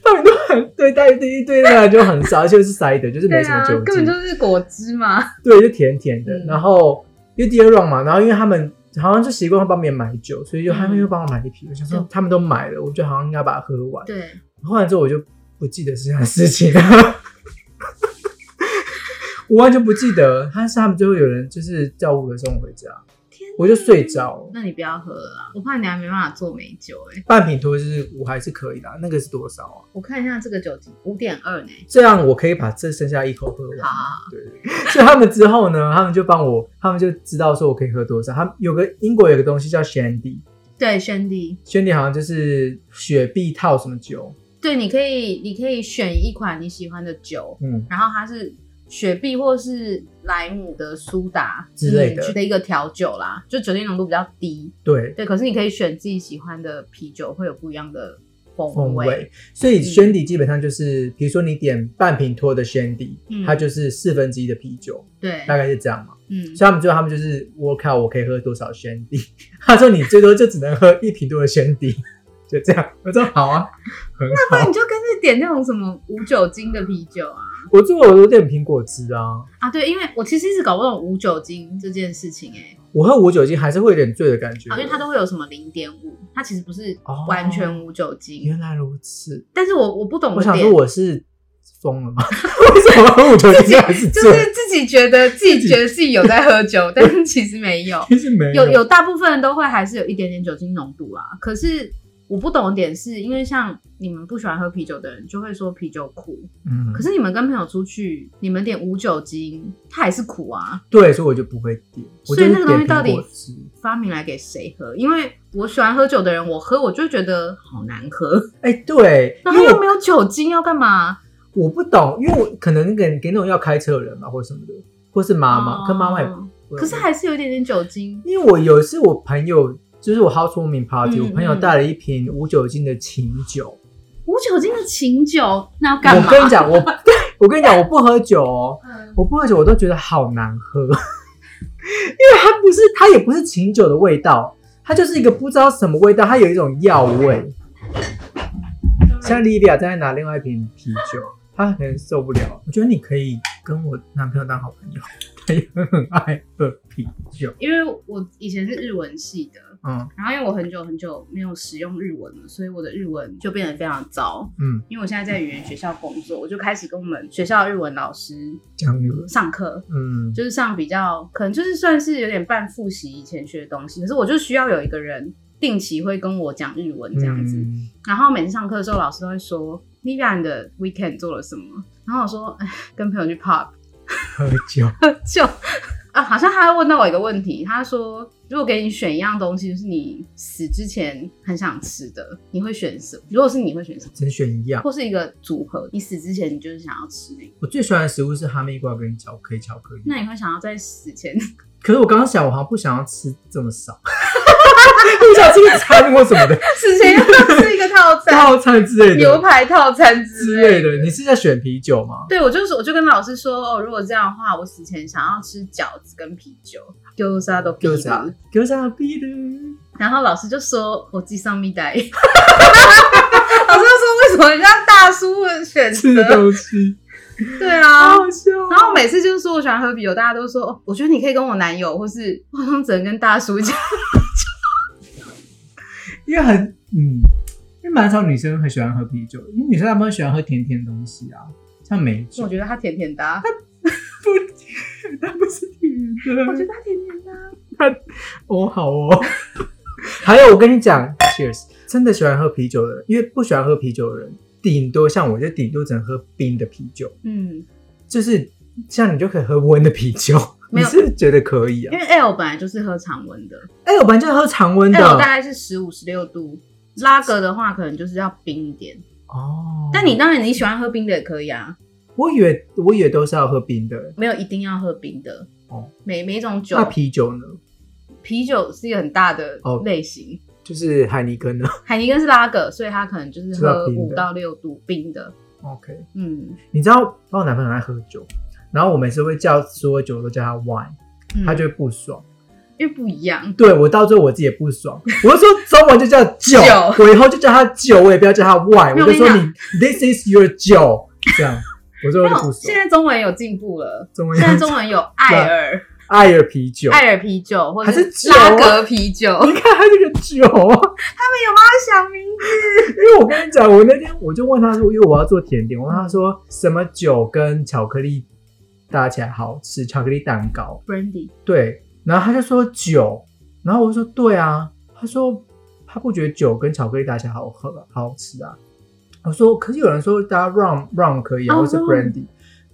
[SPEAKER 2] 他们都很对，但一堆那就很少，而且是 cider，就是 没
[SPEAKER 1] 对
[SPEAKER 2] 什么
[SPEAKER 1] 啊
[SPEAKER 2] 酒精，，
[SPEAKER 1] 根本就是果汁嘛。
[SPEAKER 2] 对，就甜甜的。
[SPEAKER 1] 嗯
[SPEAKER 2] 然后因为第二 round 嘛，然后因为他们好像就习惯会帮别人买酒，所以就他
[SPEAKER 1] 嗯
[SPEAKER 2] 们又帮我买一瓶。我想说
[SPEAKER 1] 对
[SPEAKER 2] 他们都买了，我就好像应该把它喝完。
[SPEAKER 1] 嗯对，
[SPEAKER 2] 喝完之后我就不记得这件事情了， 我完全不记得。但是他们最后有人就是叫我送我回家，
[SPEAKER 1] 天哪
[SPEAKER 2] 我就睡。着。
[SPEAKER 1] 那你不要喝了啦，我怕你还没办法做美酒哎、
[SPEAKER 2] 半瓶多就是我还是可以的，那个是多少啊？
[SPEAKER 1] 我看一下这个酒精，五点二呢。
[SPEAKER 2] 这样我可以把这剩下一口喝完。
[SPEAKER 1] 好，
[SPEAKER 2] 对，所以他们之后呢， 他们就帮我，他们就知道说我可以喝多少。他们有个英国有个东西叫 shandy，
[SPEAKER 1] 对，轩弟，
[SPEAKER 2] shandy 好像就是雪碧套什么酒，
[SPEAKER 1] 对，你可以，你可以选一款你喜欢的酒，
[SPEAKER 2] 嗯，
[SPEAKER 1] 然后它是雪碧或是莱姆的苏打
[SPEAKER 2] 之类的
[SPEAKER 1] 嗯的一个调酒啦，就酒精浓度比较低。
[SPEAKER 2] 对
[SPEAKER 1] 对，可是你可以选自己喜欢的啤酒，会有不一样的风
[SPEAKER 2] 风味。所以
[SPEAKER 1] 嗯
[SPEAKER 2] Shandy 基本上就是，比如说你点半瓶托的 Shandy，、
[SPEAKER 1] 嗯
[SPEAKER 2] 它就是四分之一的啤酒，
[SPEAKER 1] 对，
[SPEAKER 2] 大概是这样嘛。
[SPEAKER 1] 嗯，
[SPEAKER 2] 所以他们最后他们就是我靠，我可以喝多少 Shandy？他 说你最多就只能喝一瓶多的 Shandy，就这样。我说好啊，很
[SPEAKER 1] 不然
[SPEAKER 2] 好。
[SPEAKER 1] 你就干脆点那种什么无酒精的啤酒啊。
[SPEAKER 2] 我最后我都点苹果汁啊，
[SPEAKER 1] 啊，对，因为我其实一直搞不懂无酒精这件事情、欸，
[SPEAKER 2] 我喝无酒精还是会有点醉的感觉，
[SPEAKER 1] 啊，因为它都会有什么零点五，它其实不是
[SPEAKER 2] 哦
[SPEAKER 1] 完全无酒精，
[SPEAKER 2] 原来如此。
[SPEAKER 1] 但是我我不懂
[SPEAKER 2] 我
[SPEAKER 1] 的
[SPEAKER 2] 想
[SPEAKER 1] 点，
[SPEAKER 2] 说我是疯了吗？ 为什么喝无酒精还是醉？
[SPEAKER 1] 就是自己觉得自己觉得自己有在喝酒，但是其实没有，
[SPEAKER 2] 其实没
[SPEAKER 1] 有有大部分人都会还是有一点点酒精浓度啦。啊可是我不懂的点是因为像你们不喜欢喝啤酒的人就会说啤酒苦，
[SPEAKER 2] 嗯
[SPEAKER 1] 可，是你们跟朋友出去，你们点无酒精，它还是苦啊。
[SPEAKER 2] 对，所以我就不会点。我
[SPEAKER 1] 所以
[SPEAKER 2] 就
[SPEAKER 1] 那
[SPEAKER 2] 是
[SPEAKER 1] 个东西
[SPEAKER 2] 点
[SPEAKER 1] 到
[SPEAKER 2] 苹
[SPEAKER 1] 底
[SPEAKER 2] 果汁
[SPEAKER 1] 发明来给谁喝？因为我喜欢喝酒的人，我喝我就觉得好难 喝，
[SPEAKER 2] 哎、对，
[SPEAKER 1] 然
[SPEAKER 2] 因
[SPEAKER 1] 后
[SPEAKER 2] 为
[SPEAKER 1] 又
[SPEAKER 2] 我
[SPEAKER 1] 没有酒精，要干嘛？
[SPEAKER 2] 我不懂，因为我可能给给那种要开车的人嘛，或什么的，或是妈妈、
[SPEAKER 1] 哦
[SPEAKER 2] 跟妈妈也不会。
[SPEAKER 1] 可是还是有一点点酒精。
[SPEAKER 2] 因为我有一次我朋友就是我 housewarming party，、
[SPEAKER 1] 嗯
[SPEAKER 2] 我朋友
[SPEAKER 1] 嗯
[SPEAKER 2] 带了一瓶无酒精的琴酒。
[SPEAKER 1] 无酒精的琴酒，那要干嘛？
[SPEAKER 2] 我跟你讲，我 我跟你讲，我不喝酒哦，
[SPEAKER 1] 嗯，
[SPEAKER 2] 我不喝酒我都觉得好难喝，因 为它不是它也不是琴酒的味道，它就是一个不知道什么味道，它有一种药味。现在 Livia 正在拿另外一瓶啤酒，她可能受不了。我觉得你可以跟我男朋友当好朋友，他也很爱喝啤酒。
[SPEAKER 1] 因为我以前是日文系的，
[SPEAKER 2] 嗯
[SPEAKER 1] 然后因为我很久很久没有使用日文了，所以我的日文就变得非常糟。
[SPEAKER 2] 嗯，
[SPEAKER 1] 因为我现在在语言学校工作，我就开始跟我们学校的日文老师
[SPEAKER 2] 这样子。
[SPEAKER 1] 上课，
[SPEAKER 2] 嗯，
[SPEAKER 1] 就是上比较可能就是算是有点半复习以前学的东西，可是我就需要有一个人定期会跟我讲日文这样子。
[SPEAKER 2] 嗯
[SPEAKER 1] 然后每次上课的时候，老师都会说 l i v i a 你的 weekend 做了什么？”然后我说哎：“跟朋友去 pub
[SPEAKER 2] 喝酒。
[SPEAKER 1] 就啊，好像他还问到我一个问题，他说：“如果给你选一样东西，就是你死之前很想吃的，你会选什么？如果是你会选什么？
[SPEAKER 2] 只能选一样，
[SPEAKER 1] 或是一个组合，你死之前你就是想要吃那个，
[SPEAKER 2] 我最喜欢的食物是哈密瓜跟巧克力。巧克力，
[SPEAKER 1] 那你会想要在死前
[SPEAKER 2] 可是我刚刚想，我好像不想要吃这么少， 不想吃个餐或什么的
[SPEAKER 1] 死前要吃一个套餐，
[SPEAKER 2] 套餐之类
[SPEAKER 1] 牛
[SPEAKER 2] 的
[SPEAKER 1] 排套餐之
[SPEAKER 2] 之
[SPEAKER 1] 类
[SPEAKER 2] 类
[SPEAKER 1] 的。”
[SPEAKER 2] 的。你是在选啤酒吗？
[SPEAKER 1] 对，我就是我就跟老师说，哦，如果这样的话，我死前想要吃饺子跟啤 酒，丢啥都
[SPEAKER 2] 给我啥？给我啥啤的？
[SPEAKER 1] 然后老师就说：“我记上密 袋。”老师就说：“为什么人家大叔的选
[SPEAKER 2] 吃的
[SPEAKER 1] 择
[SPEAKER 2] 东 西，？”
[SPEAKER 1] 对啊。
[SPEAKER 2] 好笑哦。
[SPEAKER 1] 然后每次就是说我喜欢喝啤酒，大家都说：“哦，我觉得你可以跟我男友，或是我好像只能跟大叔讲。
[SPEAKER 2] 因为很嗯，因为蛮少女生很喜欢喝啤酒，因为女生她们喜欢喝甜甜的东西啊，像梅”酒
[SPEAKER 1] 我，觉得他甜甜的啊、
[SPEAKER 2] 它不是甜
[SPEAKER 1] 我觉
[SPEAKER 2] 的。
[SPEAKER 1] 得他甜甜的啊、
[SPEAKER 2] 哦，好哦。 还有，我跟你讲，Cheers，真的喜欢喝啤酒的人，因为不喜欢喝啤酒的人，顶多像我就顶多只能喝冰的啤酒，
[SPEAKER 1] 嗯，
[SPEAKER 2] 就是像你就可以喝温的啤酒。
[SPEAKER 1] 没
[SPEAKER 2] 你
[SPEAKER 1] 有
[SPEAKER 2] 是不是觉得可以啊
[SPEAKER 1] 因？为 L 本来就是喝常温的
[SPEAKER 2] 哎、我本来就喝常温的啊
[SPEAKER 1] ，L 哎大概是十五、十六度，拉格的话可能就是要冰一点。
[SPEAKER 2] 哦。
[SPEAKER 1] 但你当然你喜欢喝冰的也可以啊，
[SPEAKER 2] 我以为我以为都是要喝冰的，
[SPEAKER 1] 没有一定要喝冰的。
[SPEAKER 2] 哦
[SPEAKER 1] 每每一种酒
[SPEAKER 2] 那，啤酒呢？
[SPEAKER 1] 啤酒是一个很大的
[SPEAKER 2] 哦
[SPEAKER 1] 类型。
[SPEAKER 2] 就是海 尼根呢
[SPEAKER 1] 海尼根是拉格，所以它可能就是
[SPEAKER 2] 知道
[SPEAKER 1] 喝
[SPEAKER 2] 啊冰的
[SPEAKER 1] 五到六度冰的。
[SPEAKER 2] ？OK，
[SPEAKER 1] 嗯，
[SPEAKER 2] 你知道我男朋友很爱喝酒，然后我每次会叫所有酒都叫他 wine，、
[SPEAKER 1] 嗯
[SPEAKER 2] 他就会不爽。
[SPEAKER 1] 因为不一样，
[SPEAKER 2] 对我到最后我自己也不 爽，我就说中文就叫酒，
[SPEAKER 1] 酒
[SPEAKER 2] 我以后就叫他酒，我也不要叫他 wine，
[SPEAKER 1] 没有
[SPEAKER 2] 我就说
[SPEAKER 1] 我跟
[SPEAKER 2] 你 this is your 酒这样，我就
[SPEAKER 1] 没
[SPEAKER 2] 会
[SPEAKER 1] 有
[SPEAKER 2] 不
[SPEAKER 1] 现
[SPEAKER 2] 爽。
[SPEAKER 1] 在中文有进步了，
[SPEAKER 2] 中文
[SPEAKER 1] 现在中文有艾尔
[SPEAKER 2] 艾尔啤酒，
[SPEAKER 1] 艾尔啤酒或者
[SPEAKER 2] 还是酒啊
[SPEAKER 1] 拉格啤酒，
[SPEAKER 2] 你看他这个酒啊，
[SPEAKER 1] 他想名
[SPEAKER 2] 因为我跟你讲，我那天我就问他说，因为我要做甜点，我问他说什么酒跟巧克力搭起来好吃，巧克力蛋糕。
[SPEAKER 1] Brandy
[SPEAKER 2] 对，然后他就说酒，然后我就说对啊，他说他不觉得酒跟巧克力搭起来好喝好吃啊，我说可是有人说搭 rum rum 可以啊，
[SPEAKER 1] 哦
[SPEAKER 2] 或是
[SPEAKER 1] ，rum
[SPEAKER 2] brandy，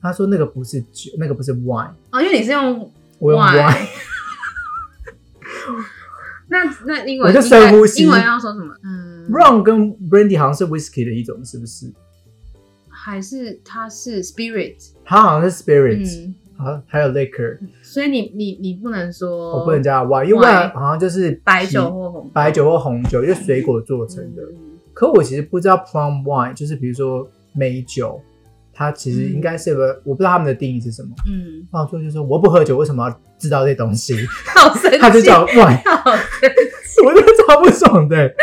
[SPEAKER 2] 他说那个不是酒，那个不是 wine，
[SPEAKER 1] 哦，因为你是用
[SPEAKER 2] 我用
[SPEAKER 1] Wine
[SPEAKER 2] wine，
[SPEAKER 1] 那那英
[SPEAKER 2] 我
[SPEAKER 1] 文
[SPEAKER 2] 就
[SPEAKER 1] 应该
[SPEAKER 2] 深呼吸
[SPEAKER 1] 英文要说什么？嗯
[SPEAKER 2] rum 跟 brandy 好像是 whisky 的一种，是不是？
[SPEAKER 1] 还是它是 spirit？
[SPEAKER 2] 它好像是 spirits，、
[SPEAKER 1] 嗯，
[SPEAKER 2] 好，还有 liquor，、
[SPEAKER 1] 所以你你你不能说，
[SPEAKER 2] 我不能叫它 wine，因为
[SPEAKER 1] wine
[SPEAKER 2] wine 好像就是
[SPEAKER 1] 白
[SPEAKER 2] 啤
[SPEAKER 1] 酒或红
[SPEAKER 2] 白酒或红酒，就是水果做成的。
[SPEAKER 1] 嗯
[SPEAKER 2] 可我其实不知道 plum wine，就是比如说美酒，它其实应该是有个，我不知道他们的定义是什么。
[SPEAKER 1] 嗯，
[SPEAKER 2] 然后就就说我不喝酒，为什么要知道这东西？
[SPEAKER 1] 好生气，
[SPEAKER 2] 他就叫 wine，
[SPEAKER 1] 好生
[SPEAKER 2] 我就超不爽的。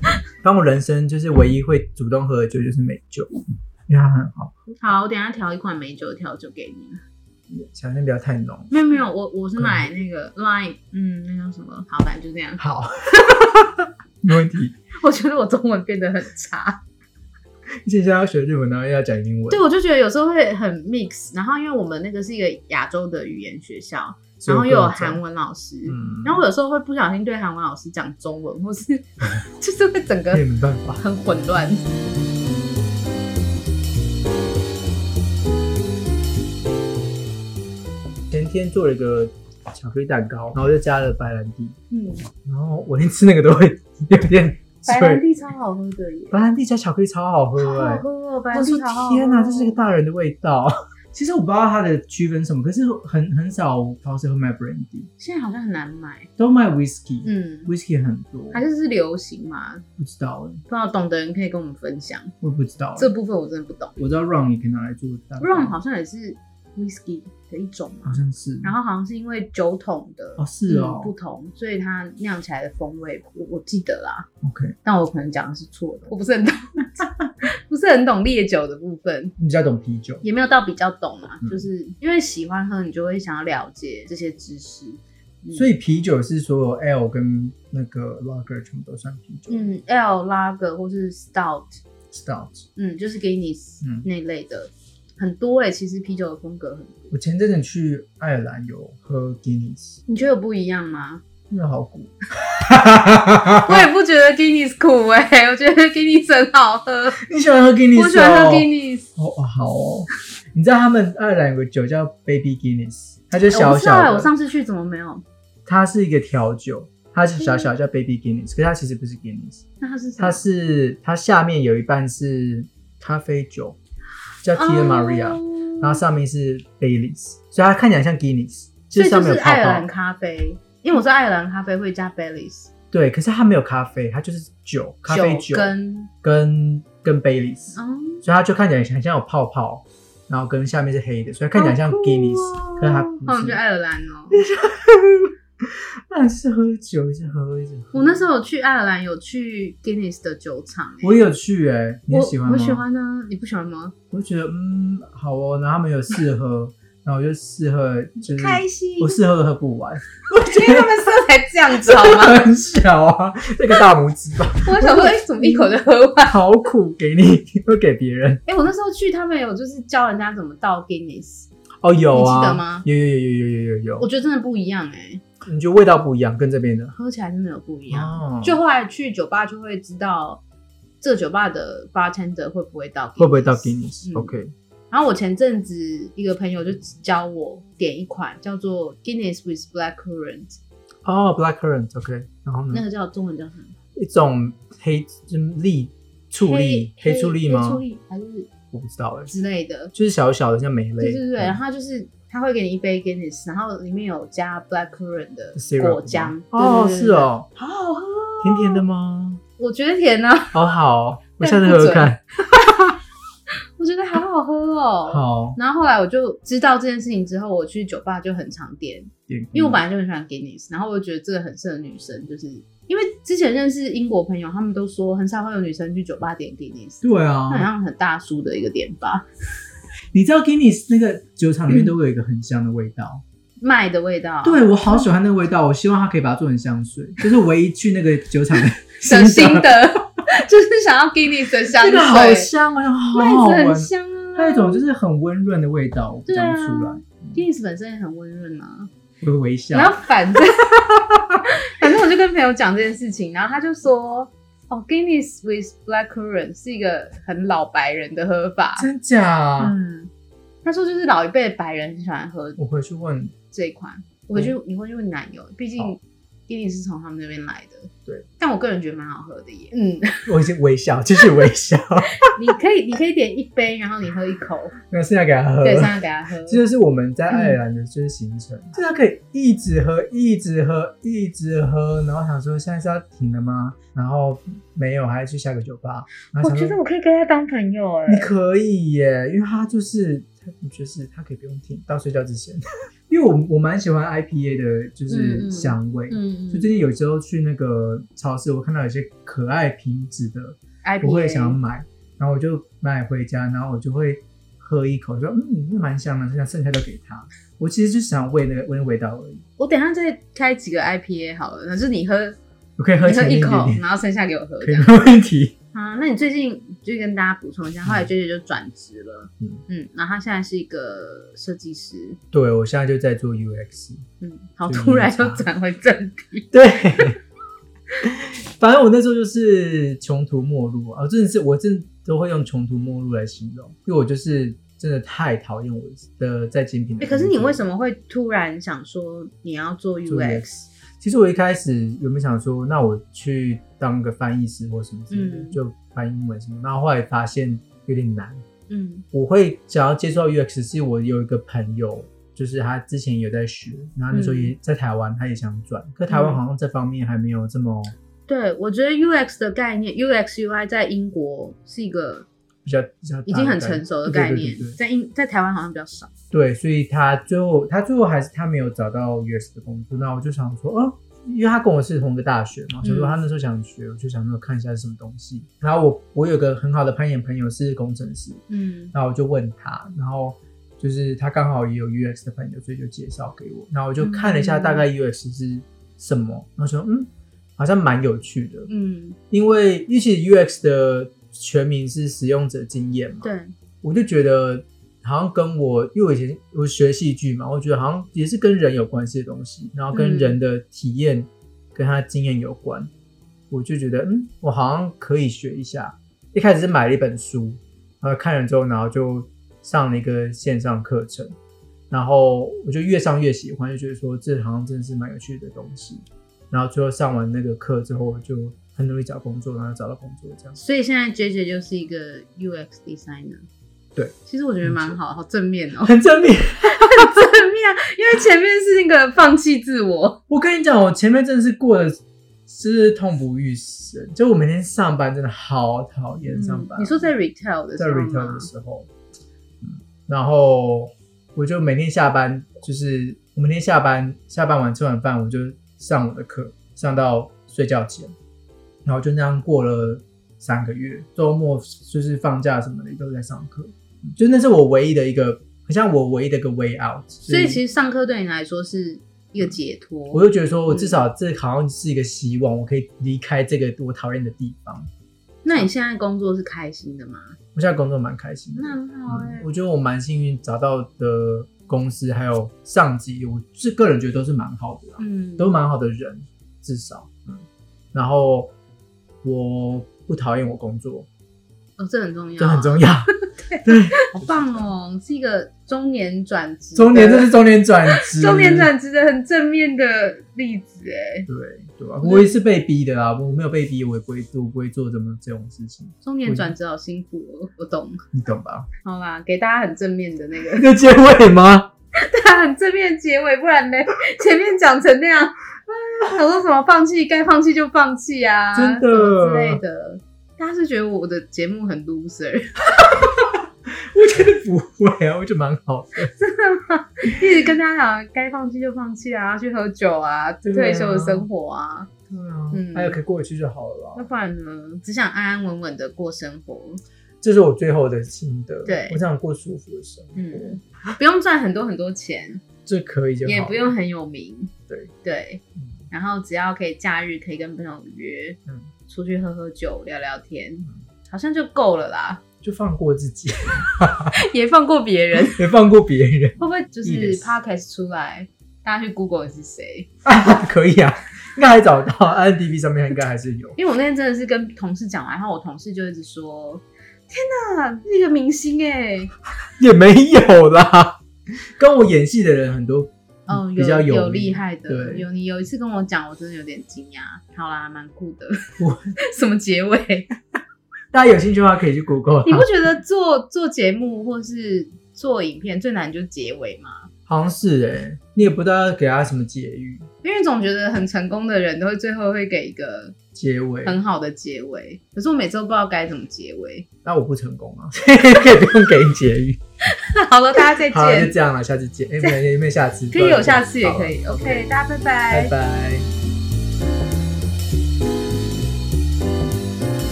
[SPEAKER 2] 当我人生就是唯一会主动喝的酒就是美酒，因为它很好，
[SPEAKER 1] 好，我等一下调一款美酒调酒给你。
[SPEAKER 2] 小心不要太浓。
[SPEAKER 1] 没有没有，我我
[SPEAKER 2] 嗯
[SPEAKER 1] 是买那个 Line，嗯，那叫什么？好，反正就这样。
[SPEAKER 2] 好， 没问题。
[SPEAKER 1] 我觉得我中文变得很差，
[SPEAKER 2] 现在要学日文，然后又要讲英文
[SPEAKER 1] 对，，我就觉得有时候会很 mix。然后因为我们那个是一个亚洲的语言学校，
[SPEAKER 2] 所
[SPEAKER 1] 然
[SPEAKER 2] 以
[SPEAKER 1] 后又有
[SPEAKER 2] 我不能讲
[SPEAKER 1] 韩，文老师，
[SPEAKER 2] 嗯，
[SPEAKER 1] 然后我有时候会不小心对韩文老师讲中文，或是 就是会整个
[SPEAKER 2] 也没办法。
[SPEAKER 1] 很混乱。
[SPEAKER 2] 前天做了一个巧克力蛋糕，然后就加了白兰地，
[SPEAKER 1] 嗯，
[SPEAKER 2] 然后我连吃那个都会有点
[SPEAKER 1] 白兰
[SPEAKER 2] 脆。
[SPEAKER 1] 地超好喝的耶，
[SPEAKER 2] 白兰地加巧克力超好
[SPEAKER 1] 好
[SPEAKER 2] 喝哎、
[SPEAKER 1] 好喝哦，白
[SPEAKER 2] 我
[SPEAKER 1] 兰
[SPEAKER 2] 说
[SPEAKER 1] 地超好喝。
[SPEAKER 2] 天哪，这是一个大人的味道。其实我不知道它的区分是什么，可是很很少超市会卖 brandy，
[SPEAKER 1] 现在好像很难买，
[SPEAKER 2] 都卖 whisky，
[SPEAKER 1] 嗯，
[SPEAKER 2] whisky 很多，
[SPEAKER 1] 还是是流行嘛？
[SPEAKER 2] 不知道哎、
[SPEAKER 1] 不知道懂的人可以跟我们分享，
[SPEAKER 2] 我也不知道欸、
[SPEAKER 1] 这部分我真的不懂。
[SPEAKER 2] 我知道 rum 也可以拿来做蛋糕
[SPEAKER 1] rum 好像也是 whisky 的一种嘛
[SPEAKER 2] 好，像是，
[SPEAKER 1] 然后好像是因为酒桶的
[SPEAKER 2] 哦是
[SPEAKER 1] 嗯
[SPEAKER 2] 哦、
[SPEAKER 1] 不同，所以它酿起来的风味，我我记得啦，
[SPEAKER 2] o k
[SPEAKER 1] 但我可能讲的是错的，我不是很懂， 不是很懂烈酒的部分，
[SPEAKER 2] 你比较懂啤酒，
[SPEAKER 1] 也没有到比较懂啊，
[SPEAKER 2] 嗯
[SPEAKER 1] 就是因为喜欢喝，你就会想要了解这些知识，嗯
[SPEAKER 2] 所以啤酒是所有 L 跟那个 lager 全部都算啤酒、
[SPEAKER 1] 嗯，L 拉格或是 stout，
[SPEAKER 2] stout。
[SPEAKER 1] 嗯，就是给你
[SPEAKER 2] 嗯
[SPEAKER 1] 那类的、很多哎、欸，其实啤酒的风格很多，
[SPEAKER 2] 我前阵子去爱尔兰有喝 Guinness，
[SPEAKER 1] 你觉得有不一样吗？
[SPEAKER 2] 真的好苦。
[SPEAKER 1] 我也不觉得 Guinness 苦哎、我觉得 Guinness 很好喝，
[SPEAKER 2] 你喜欢喝 Guinness？、哦、
[SPEAKER 1] 我喜欢喝 Guinness。
[SPEAKER 2] 哦哦好哦，你知道他们爱尔兰有个酒叫 Baby Guinness，它就
[SPEAKER 1] 我
[SPEAKER 2] 小
[SPEAKER 1] 不知道欸
[SPEAKER 2] 小
[SPEAKER 1] 我
[SPEAKER 2] 的，
[SPEAKER 1] 上次去怎么没有？
[SPEAKER 2] 它是一个调酒，它是小小的叫 Baby Guinness，可是它其实不是 Guinness，
[SPEAKER 1] 那它是什
[SPEAKER 2] 它
[SPEAKER 1] 么？
[SPEAKER 2] 是它下面有一半是咖啡酒，叫 Tia Maria，、
[SPEAKER 1] 哦
[SPEAKER 2] 然后上面是 Baileys，所以它看起来像 Guinness，
[SPEAKER 1] 所
[SPEAKER 2] 就
[SPEAKER 1] 以
[SPEAKER 2] 是上
[SPEAKER 1] 就
[SPEAKER 2] 面
[SPEAKER 1] 是
[SPEAKER 2] 有泡
[SPEAKER 1] 爱尔兰
[SPEAKER 2] 泡。
[SPEAKER 1] 咖啡，因为我知道爱尔兰咖啡会加 Baileys
[SPEAKER 2] 对，可是它没有咖啡，它就是酒，咖啡酒
[SPEAKER 1] 跟
[SPEAKER 2] 跟跟 Baileys，、
[SPEAKER 1] 哦，
[SPEAKER 2] 所以它就看起来很像有泡泡，然后跟下面是黑的，所以看起来像
[SPEAKER 1] 好酷哦
[SPEAKER 2] Guinness，、可是它
[SPEAKER 1] 好
[SPEAKER 2] 不
[SPEAKER 1] 想去
[SPEAKER 2] 是。
[SPEAKER 1] 爱尔兰哦。
[SPEAKER 2] 那是喝酒，一直喝，一直喝。
[SPEAKER 1] 我那时候有去爱尔兰，有去 Guinness 的酒厂、欸，
[SPEAKER 2] 我有去哎、你
[SPEAKER 1] 我
[SPEAKER 2] 喜欢吗？
[SPEAKER 1] 我喜，欢啊，你不喜欢 吗？
[SPEAKER 2] 我觉得嗯好哦，然后他们有试 喝，然后我就试喝，就是
[SPEAKER 1] 开心，
[SPEAKER 2] 我试喝都喝不完，
[SPEAKER 1] 因为他们色彩这样子好吗？
[SPEAKER 2] 很小啊，这个大拇指吧，
[SPEAKER 1] 我想说，哎、怎么一口就喝完？
[SPEAKER 2] 好苦，给你，会给别人
[SPEAKER 1] 哎、我那时候去，他们有就是教人家怎么倒 Guinness，
[SPEAKER 2] 哦，有啊，
[SPEAKER 1] 你记得吗
[SPEAKER 2] 有有有有有有有
[SPEAKER 1] 我
[SPEAKER 2] 有，
[SPEAKER 1] 觉得真的不一样哎、
[SPEAKER 2] 你觉得味道不一样，跟这边的
[SPEAKER 1] 喝起来真的有不一样。
[SPEAKER 2] 哦，
[SPEAKER 1] 就后来去酒吧就会知道，这酒吧的 bartender 会不会倒，
[SPEAKER 2] 会不会到
[SPEAKER 1] 嗯
[SPEAKER 2] Guinness？OK，、
[SPEAKER 1] 然后我前阵子一个朋友就教我点一款叫做 Guinness with Black Currant，
[SPEAKER 2] 哦，Black Currant OK，然后
[SPEAKER 1] 那
[SPEAKER 2] 呢，
[SPEAKER 1] 个叫中文叫什么？
[SPEAKER 2] 一种黑就是栗醋栗黑醋栗
[SPEAKER 1] 黑
[SPEAKER 2] 吗
[SPEAKER 1] 醋？栗还是
[SPEAKER 2] 我不知道哎、
[SPEAKER 1] 之类的？
[SPEAKER 2] 就是小小的像梅
[SPEAKER 1] 对
[SPEAKER 2] 类，
[SPEAKER 1] 对对，
[SPEAKER 2] 嗯
[SPEAKER 1] 然后它就是他会给你一杯 Guinness，然后里面有加 Black Currant 的
[SPEAKER 2] syrup
[SPEAKER 1] 果浆。
[SPEAKER 2] 哦，
[SPEAKER 1] 对对对对
[SPEAKER 2] 是哦，
[SPEAKER 1] 好好喝哦，
[SPEAKER 2] 甜甜的吗？
[SPEAKER 1] 我觉得甜啊，
[SPEAKER 2] 好好，我下次喝喝看。
[SPEAKER 1] 我觉得好好喝哦。
[SPEAKER 2] 好，
[SPEAKER 1] 然后后来我就知道这件事情之后，我去酒吧就很常点，因为我本
[SPEAKER 2] 把
[SPEAKER 1] 来就很喜欢 Guinness，然后我就觉得这个很适合女生，就是因为之前认识英国朋友，他们都说很少会有女生去酒吧点 Guinness，
[SPEAKER 2] 对
[SPEAKER 1] 那好
[SPEAKER 2] 啊，
[SPEAKER 1] 像很大叔的一个点吧，
[SPEAKER 2] 你知道 Guinness 那个酒厂里面都会有一个很香的味道，
[SPEAKER 1] 哦麦的味道，
[SPEAKER 2] 对我好喜欢那个味道，我希望它可以把它做成 香水，这是唯一去那个酒厂的
[SPEAKER 1] 很
[SPEAKER 2] 心
[SPEAKER 1] 心得，就是想要 Guinness 的香
[SPEAKER 2] 啊 这
[SPEAKER 1] 水，
[SPEAKER 2] 个好香啊，好好
[SPEAKER 1] 麦子
[SPEAKER 2] 闻
[SPEAKER 1] 很，香啊，
[SPEAKER 2] 它有一种就是很温润的味道，我
[SPEAKER 1] 对
[SPEAKER 2] 讲
[SPEAKER 1] 啊
[SPEAKER 2] 不出来，
[SPEAKER 1] Guinness 本身也很温润啊，
[SPEAKER 2] 我会微笑
[SPEAKER 1] 然。后反正 反正我就跟朋友讲这件事情，然后他就说：“哦，Guinness with black currant 是一个很老白人的喝法。
[SPEAKER 2] 真”假？
[SPEAKER 1] 嗯，他说就是老一辈的白人很喜欢喝
[SPEAKER 2] 我回去问，
[SPEAKER 1] 这一款。我回去你会去问男友，毕竟
[SPEAKER 2] 嗯好
[SPEAKER 1] 一定是从他们那边来的。
[SPEAKER 2] 对，
[SPEAKER 1] 但我个人觉得蛮好喝的耶。嗯，
[SPEAKER 2] 我已经微笑， 继续微笑。
[SPEAKER 1] 你可以，你可以点一杯，然后你喝一口，
[SPEAKER 2] 那现在给他喝，
[SPEAKER 1] 对，上来给他喝。
[SPEAKER 2] 这就是我们在爱尔兰的就是行程，就是他可以一直喝，一直喝，一直喝，然后想说现在是要停了吗？然后没有，还去下个酒吧。然
[SPEAKER 1] 我
[SPEAKER 2] 后想
[SPEAKER 1] 觉
[SPEAKER 2] 说
[SPEAKER 1] 得我可以跟他当朋友哎、
[SPEAKER 2] 你可以耶，因为他就是他，就是他可以不用停到睡觉之前， 因为我我蛮喜欢 IPA 的，就
[SPEAKER 1] 嗯
[SPEAKER 2] 是
[SPEAKER 1] 嗯
[SPEAKER 2] 香味。
[SPEAKER 1] 嗯
[SPEAKER 2] 就最近有时候去那个超市，我看到有些可爱瓶子的，
[SPEAKER 1] IPA
[SPEAKER 2] 我会想要买，然后我就买回家，然后我就会喝一口，说嗯，那蛮香的，剩下剩下都给他。我其实就想喂那个闻味道而已，
[SPEAKER 1] 我等一下再开几个 IPA 好了，那就是你喝，
[SPEAKER 2] 我可以喝
[SPEAKER 1] 你喝
[SPEAKER 2] 前
[SPEAKER 1] 一
[SPEAKER 2] 面一点
[SPEAKER 1] 口，
[SPEAKER 2] 点，
[SPEAKER 1] 然后剩下给我喝
[SPEAKER 2] 可
[SPEAKER 1] 这
[SPEAKER 2] 以
[SPEAKER 1] 样。
[SPEAKER 2] 没问题。
[SPEAKER 1] 啊，那你最近就跟大家补充一下，后来 J J 就转职了，
[SPEAKER 2] 嗯
[SPEAKER 1] 嗯嗯，然后他现在是一个设计师，
[SPEAKER 2] 对我现在就在做 UX，
[SPEAKER 1] 嗯，好
[SPEAKER 2] 对
[SPEAKER 1] 突然
[SPEAKER 2] 没差
[SPEAKER 1] 就转回正题，
[SPEAKER 2] 对，反正我那时候就是穷途末路啊，真的是我真的都会用穷途末路来形容，因为我就是真的太讨厌我的在精品的
[SPEAKER 1] 欸
[SPEAKER 2] 工
[SPEAKER 1] 可
[SPEAKER 2] 作、
[SPEAKER 1] 是你为什么会突然想说你要做
[SPEAKER 2] 嗯做
[SPEAKER 1] UX？
[SPEAKER 2] 其实我一开始有没有想说，那我去当个翻译师或什么之类的，
[SPEAKER 1] 嗯
[SPEAKER 2] 就翻英文什么。然后后来发现有点难。
[SPEAKER 1] 嗯
[SPEAKER 2] 我会想要接触到 UX，是我有一个朋友，就是他之前有在学，然后那时候
[SPEAKER 1] 嗯
[SPEAKER 2] 也在台湾，他也想转，可台湾好像这方面还没有这么
[SPEAKER 1] 对，我觉得 UX 的概念，UX UI 在英国是一个
[SPEAKER 2] 比较比较大的
[SPEAKER 1] 已经很成熟的概念
[SPEAKER 2] 对对对对，对
[SPEAKER 1] 在英在台湾好像比较少。
[SPEAKER 2] 对，所以他最后他最后还是他没有找到 US 的工作，那我就想说，哦，因为他跟我是同一个大学嘛，想说他那时候想学，我就想说看一下是什么东西。然后我我有个很好的攀岩朋友是工程师，
[SPEAKER 1] 嗯
[SPEAKER 2] 然后我就问他，然后就是他刚好也有 US 的朋友，所以就介绍给我。然后我就看了一下大概 US 是什么，然后说嗯，好像蛮有趣的，
[SPEAKER 1] 嗯，
[SPEAKER 2] 因为因为其实 UX 的全名是使用者经验嘛，
[SPEAKER 1] 对，
[SPEAKER 2] 我就觉得好像跟我，因为我以前我学戏剧嘛，我觉得好像也是跟人有关系的东西，然后
[SPEAKER 1] 嗯
[SPEAKER 2] 跟人的体验、跟他经验有关，我就觉得嗯，我好像可以学一下。一开始是买了一本书，然后看了之后，然后就上了一个线上课程，然后我就越上越喜欢，就觉得说这好像真的是蛮有趣的东西。然后最后上完那个课之后，我就很努力找工作，然后找到工作这样。
[SPEAKER 1] 所以现在 J J 就是一个 UX designer。
[SPEAKER 2] 对，
[SPEAKER 1] 其实我觉得蛮好，好正面哦，
[SPEAKER 2] 很正面，
[SPEAKER 1] 正面啊，因为前面是那个放弃自我，
[SPEAKER 2] 我跟你讲，我前面真的是过得是痛不欲生，就我每天上班真的好讨厌上班。
[SPEAKER 1] 嗯你说在 retail 的时
[SPEAKER 2] 在
[SPEAKER 1] 候
[SPEAKER 2] retail
[SPEAKER 1] 吗
[SPEAKER 2] 的？时候，嗯，然后我就每天下班，就是我每天下班下班完吃完饭，我就上我的课，上到睡觉前，然后就那样过了三个月，周末就是放假什么的也都在上课，嗯就那是我唯一的一个，好像我唯一的一个 way out。
[SPEAKER 1] 所以其实上课对你来说是一个解脱。
[SPEAKER 2] 嗯我就觉得说，我至少这好像是一个希望，我可以离开这个我讨厌的地方。
[SPEAKER 1] 那你现在工作是开心的吗？
[SPEAKER 2] 我现在工作蛮开心的，
[SPEAKER 1] 那很好哎、
[SPEAKER 2] 嗯我觉得我蛮幸运找到的公司还有上级，我是个人觉得都是蛮好的啦，
[SPEAKER 1] 嗯，
[SPEAKER 2] 都蛮好的人，至少，嗯，然后我不讨厌我工作，
[SPEAKER 1] 哦，这很重要，
[SPEAKER 2] 这很重要。
[SPEAKER 1] 啊好棒哦，是一个中年转职的，
[SPEAKER 2] 中年这是中年转职，
[SPEAKER 1] 中年转职的很正面的例子哎，
[SPEAKER 2] 对对吧？我也是被逼的啦，我没有被逼，我也不会做，我不会做这么这种事情，
[SPEAKER 1] 中年转职好辛苦哦，我懂。
[SPEAKER 2] 你懂吧？
[SPEAKER 1] 好啦，给大家很正面的那个，
[SPEAKER 2] 那结尾吗？
[SPEAKER 1] 大家很正面的结尾，不然呢，前面讲成那样， 啊，想说什么放弃，该放弃就放弃啊，
[SPEAKER 2] 真的
[SPEAKER 1] 什么之类的。大家是觉得我的节目很 loser，
[SPEAKER 2] 我觉得不会啊，我觉得蛮好的。
[SPEAKER 1] 一直跟大家讲该放弃就放弃啊，去喝酒啊，
[SPEAKER 2] 对啊
[SPEAKER 1] 退休的生活啊，
[SPEAKER 2] 对啊
[SPEAKER 1] 嗯
[SPEAKER 2] 还有可以过去就好了啊
[SPEAKER 1] 那
[SPEAKER 2] 啦。
[SPEAKER 1] 不然呢，只想安安稳稳的过生活，
[SPEAKER 2] 这是我最后的心得。
[SPEAKER 1] 对
[SPEAKER 2] 我想过舒服的生活，
[SPEAKER 1] 嗯，不用赚很多很多钱，
[SPEAKER 2] 这可以就好了
[SPEAKER 1] 也不用很有名，
[SPEAKER 2] 对
[SPEAKER 1] 对，
[SPEAKER 2] 嗯
[SPEAKER 1] 然后只要可以假日可以跟朋友约，
[SPEAKER 2] 嗯
[SPEAKER 1] 出去喝喝酒聊聊天，好像就够了啦，
[SPEAKER 2] 就放过自己，
[SPEAKER 1] 也放过别 人，
[SPEAKER 2] 也放过别人
[SPEAKER 1] 会不会就是
[SPEAKER 2] Yes
[SPEAKER 1] podcast 出来，大家去 Google 你是谁？
[SPEAKER 2] 啊，可以啊，应该还找到 i n d b 上面应该还是有。
[SPEAKER 1] 因为我那天真的是跟同事讲完，然后我同事就一直说：“天哪，是一个明星哎、
[SPEAKER 2] 也没有啦。跟我演戏的人很多
[SPEAKER 1] 嗯，
[SPEAKER 2] 比较
[SPEAKER 1] 有
[SPEAKER 2] 有
[SPEAKER 1] 厉害的，
[SPEAKER 2] 对
[SPEAKER 1] 有你有一次跟我讲，我真的有点惊讶。好啦，蛮酷 的
[SPEAKER 2] 我。
[SPEAKER 1] 什么结 尾？
[SPEAKER 2] 大家有兴趣的话可以去 Google 啊
[SPEAKER 1] 你
[SPEAKER 2] 它
[SPEAKER 1] 不，觉得做做节目或是做影片最难就是结尾吗？
[SPEAKER 2] 好像是哎、你也不知道要给它什么结语
[SPEAKER 1] 因为总觉得很成功的人都会最后会给一个
[SPEAKER 2] 结尾，
[SPEAKER 1] 很好的结尾，可是我每次都不知道该怎么结尾。
[SPEAKER 2] 那我不成功啊， 所以可以不用给你结语。
[SPEAKER 1] 好了，大家再
[SPEAKER 2] 好了，就
[SPEAKER 1] 见，
[SPEAKER 2] 这样了，下次见。哎、没有没有下次，
[SPEAKER 1] 可以有下次也
[SPEAKER 2] 好
[SPEAKER 1] 可以。
[SPEAKER 2] 了
[SPEAKER 1] OK，大家拜
[SPEAKER 2] 拜拜。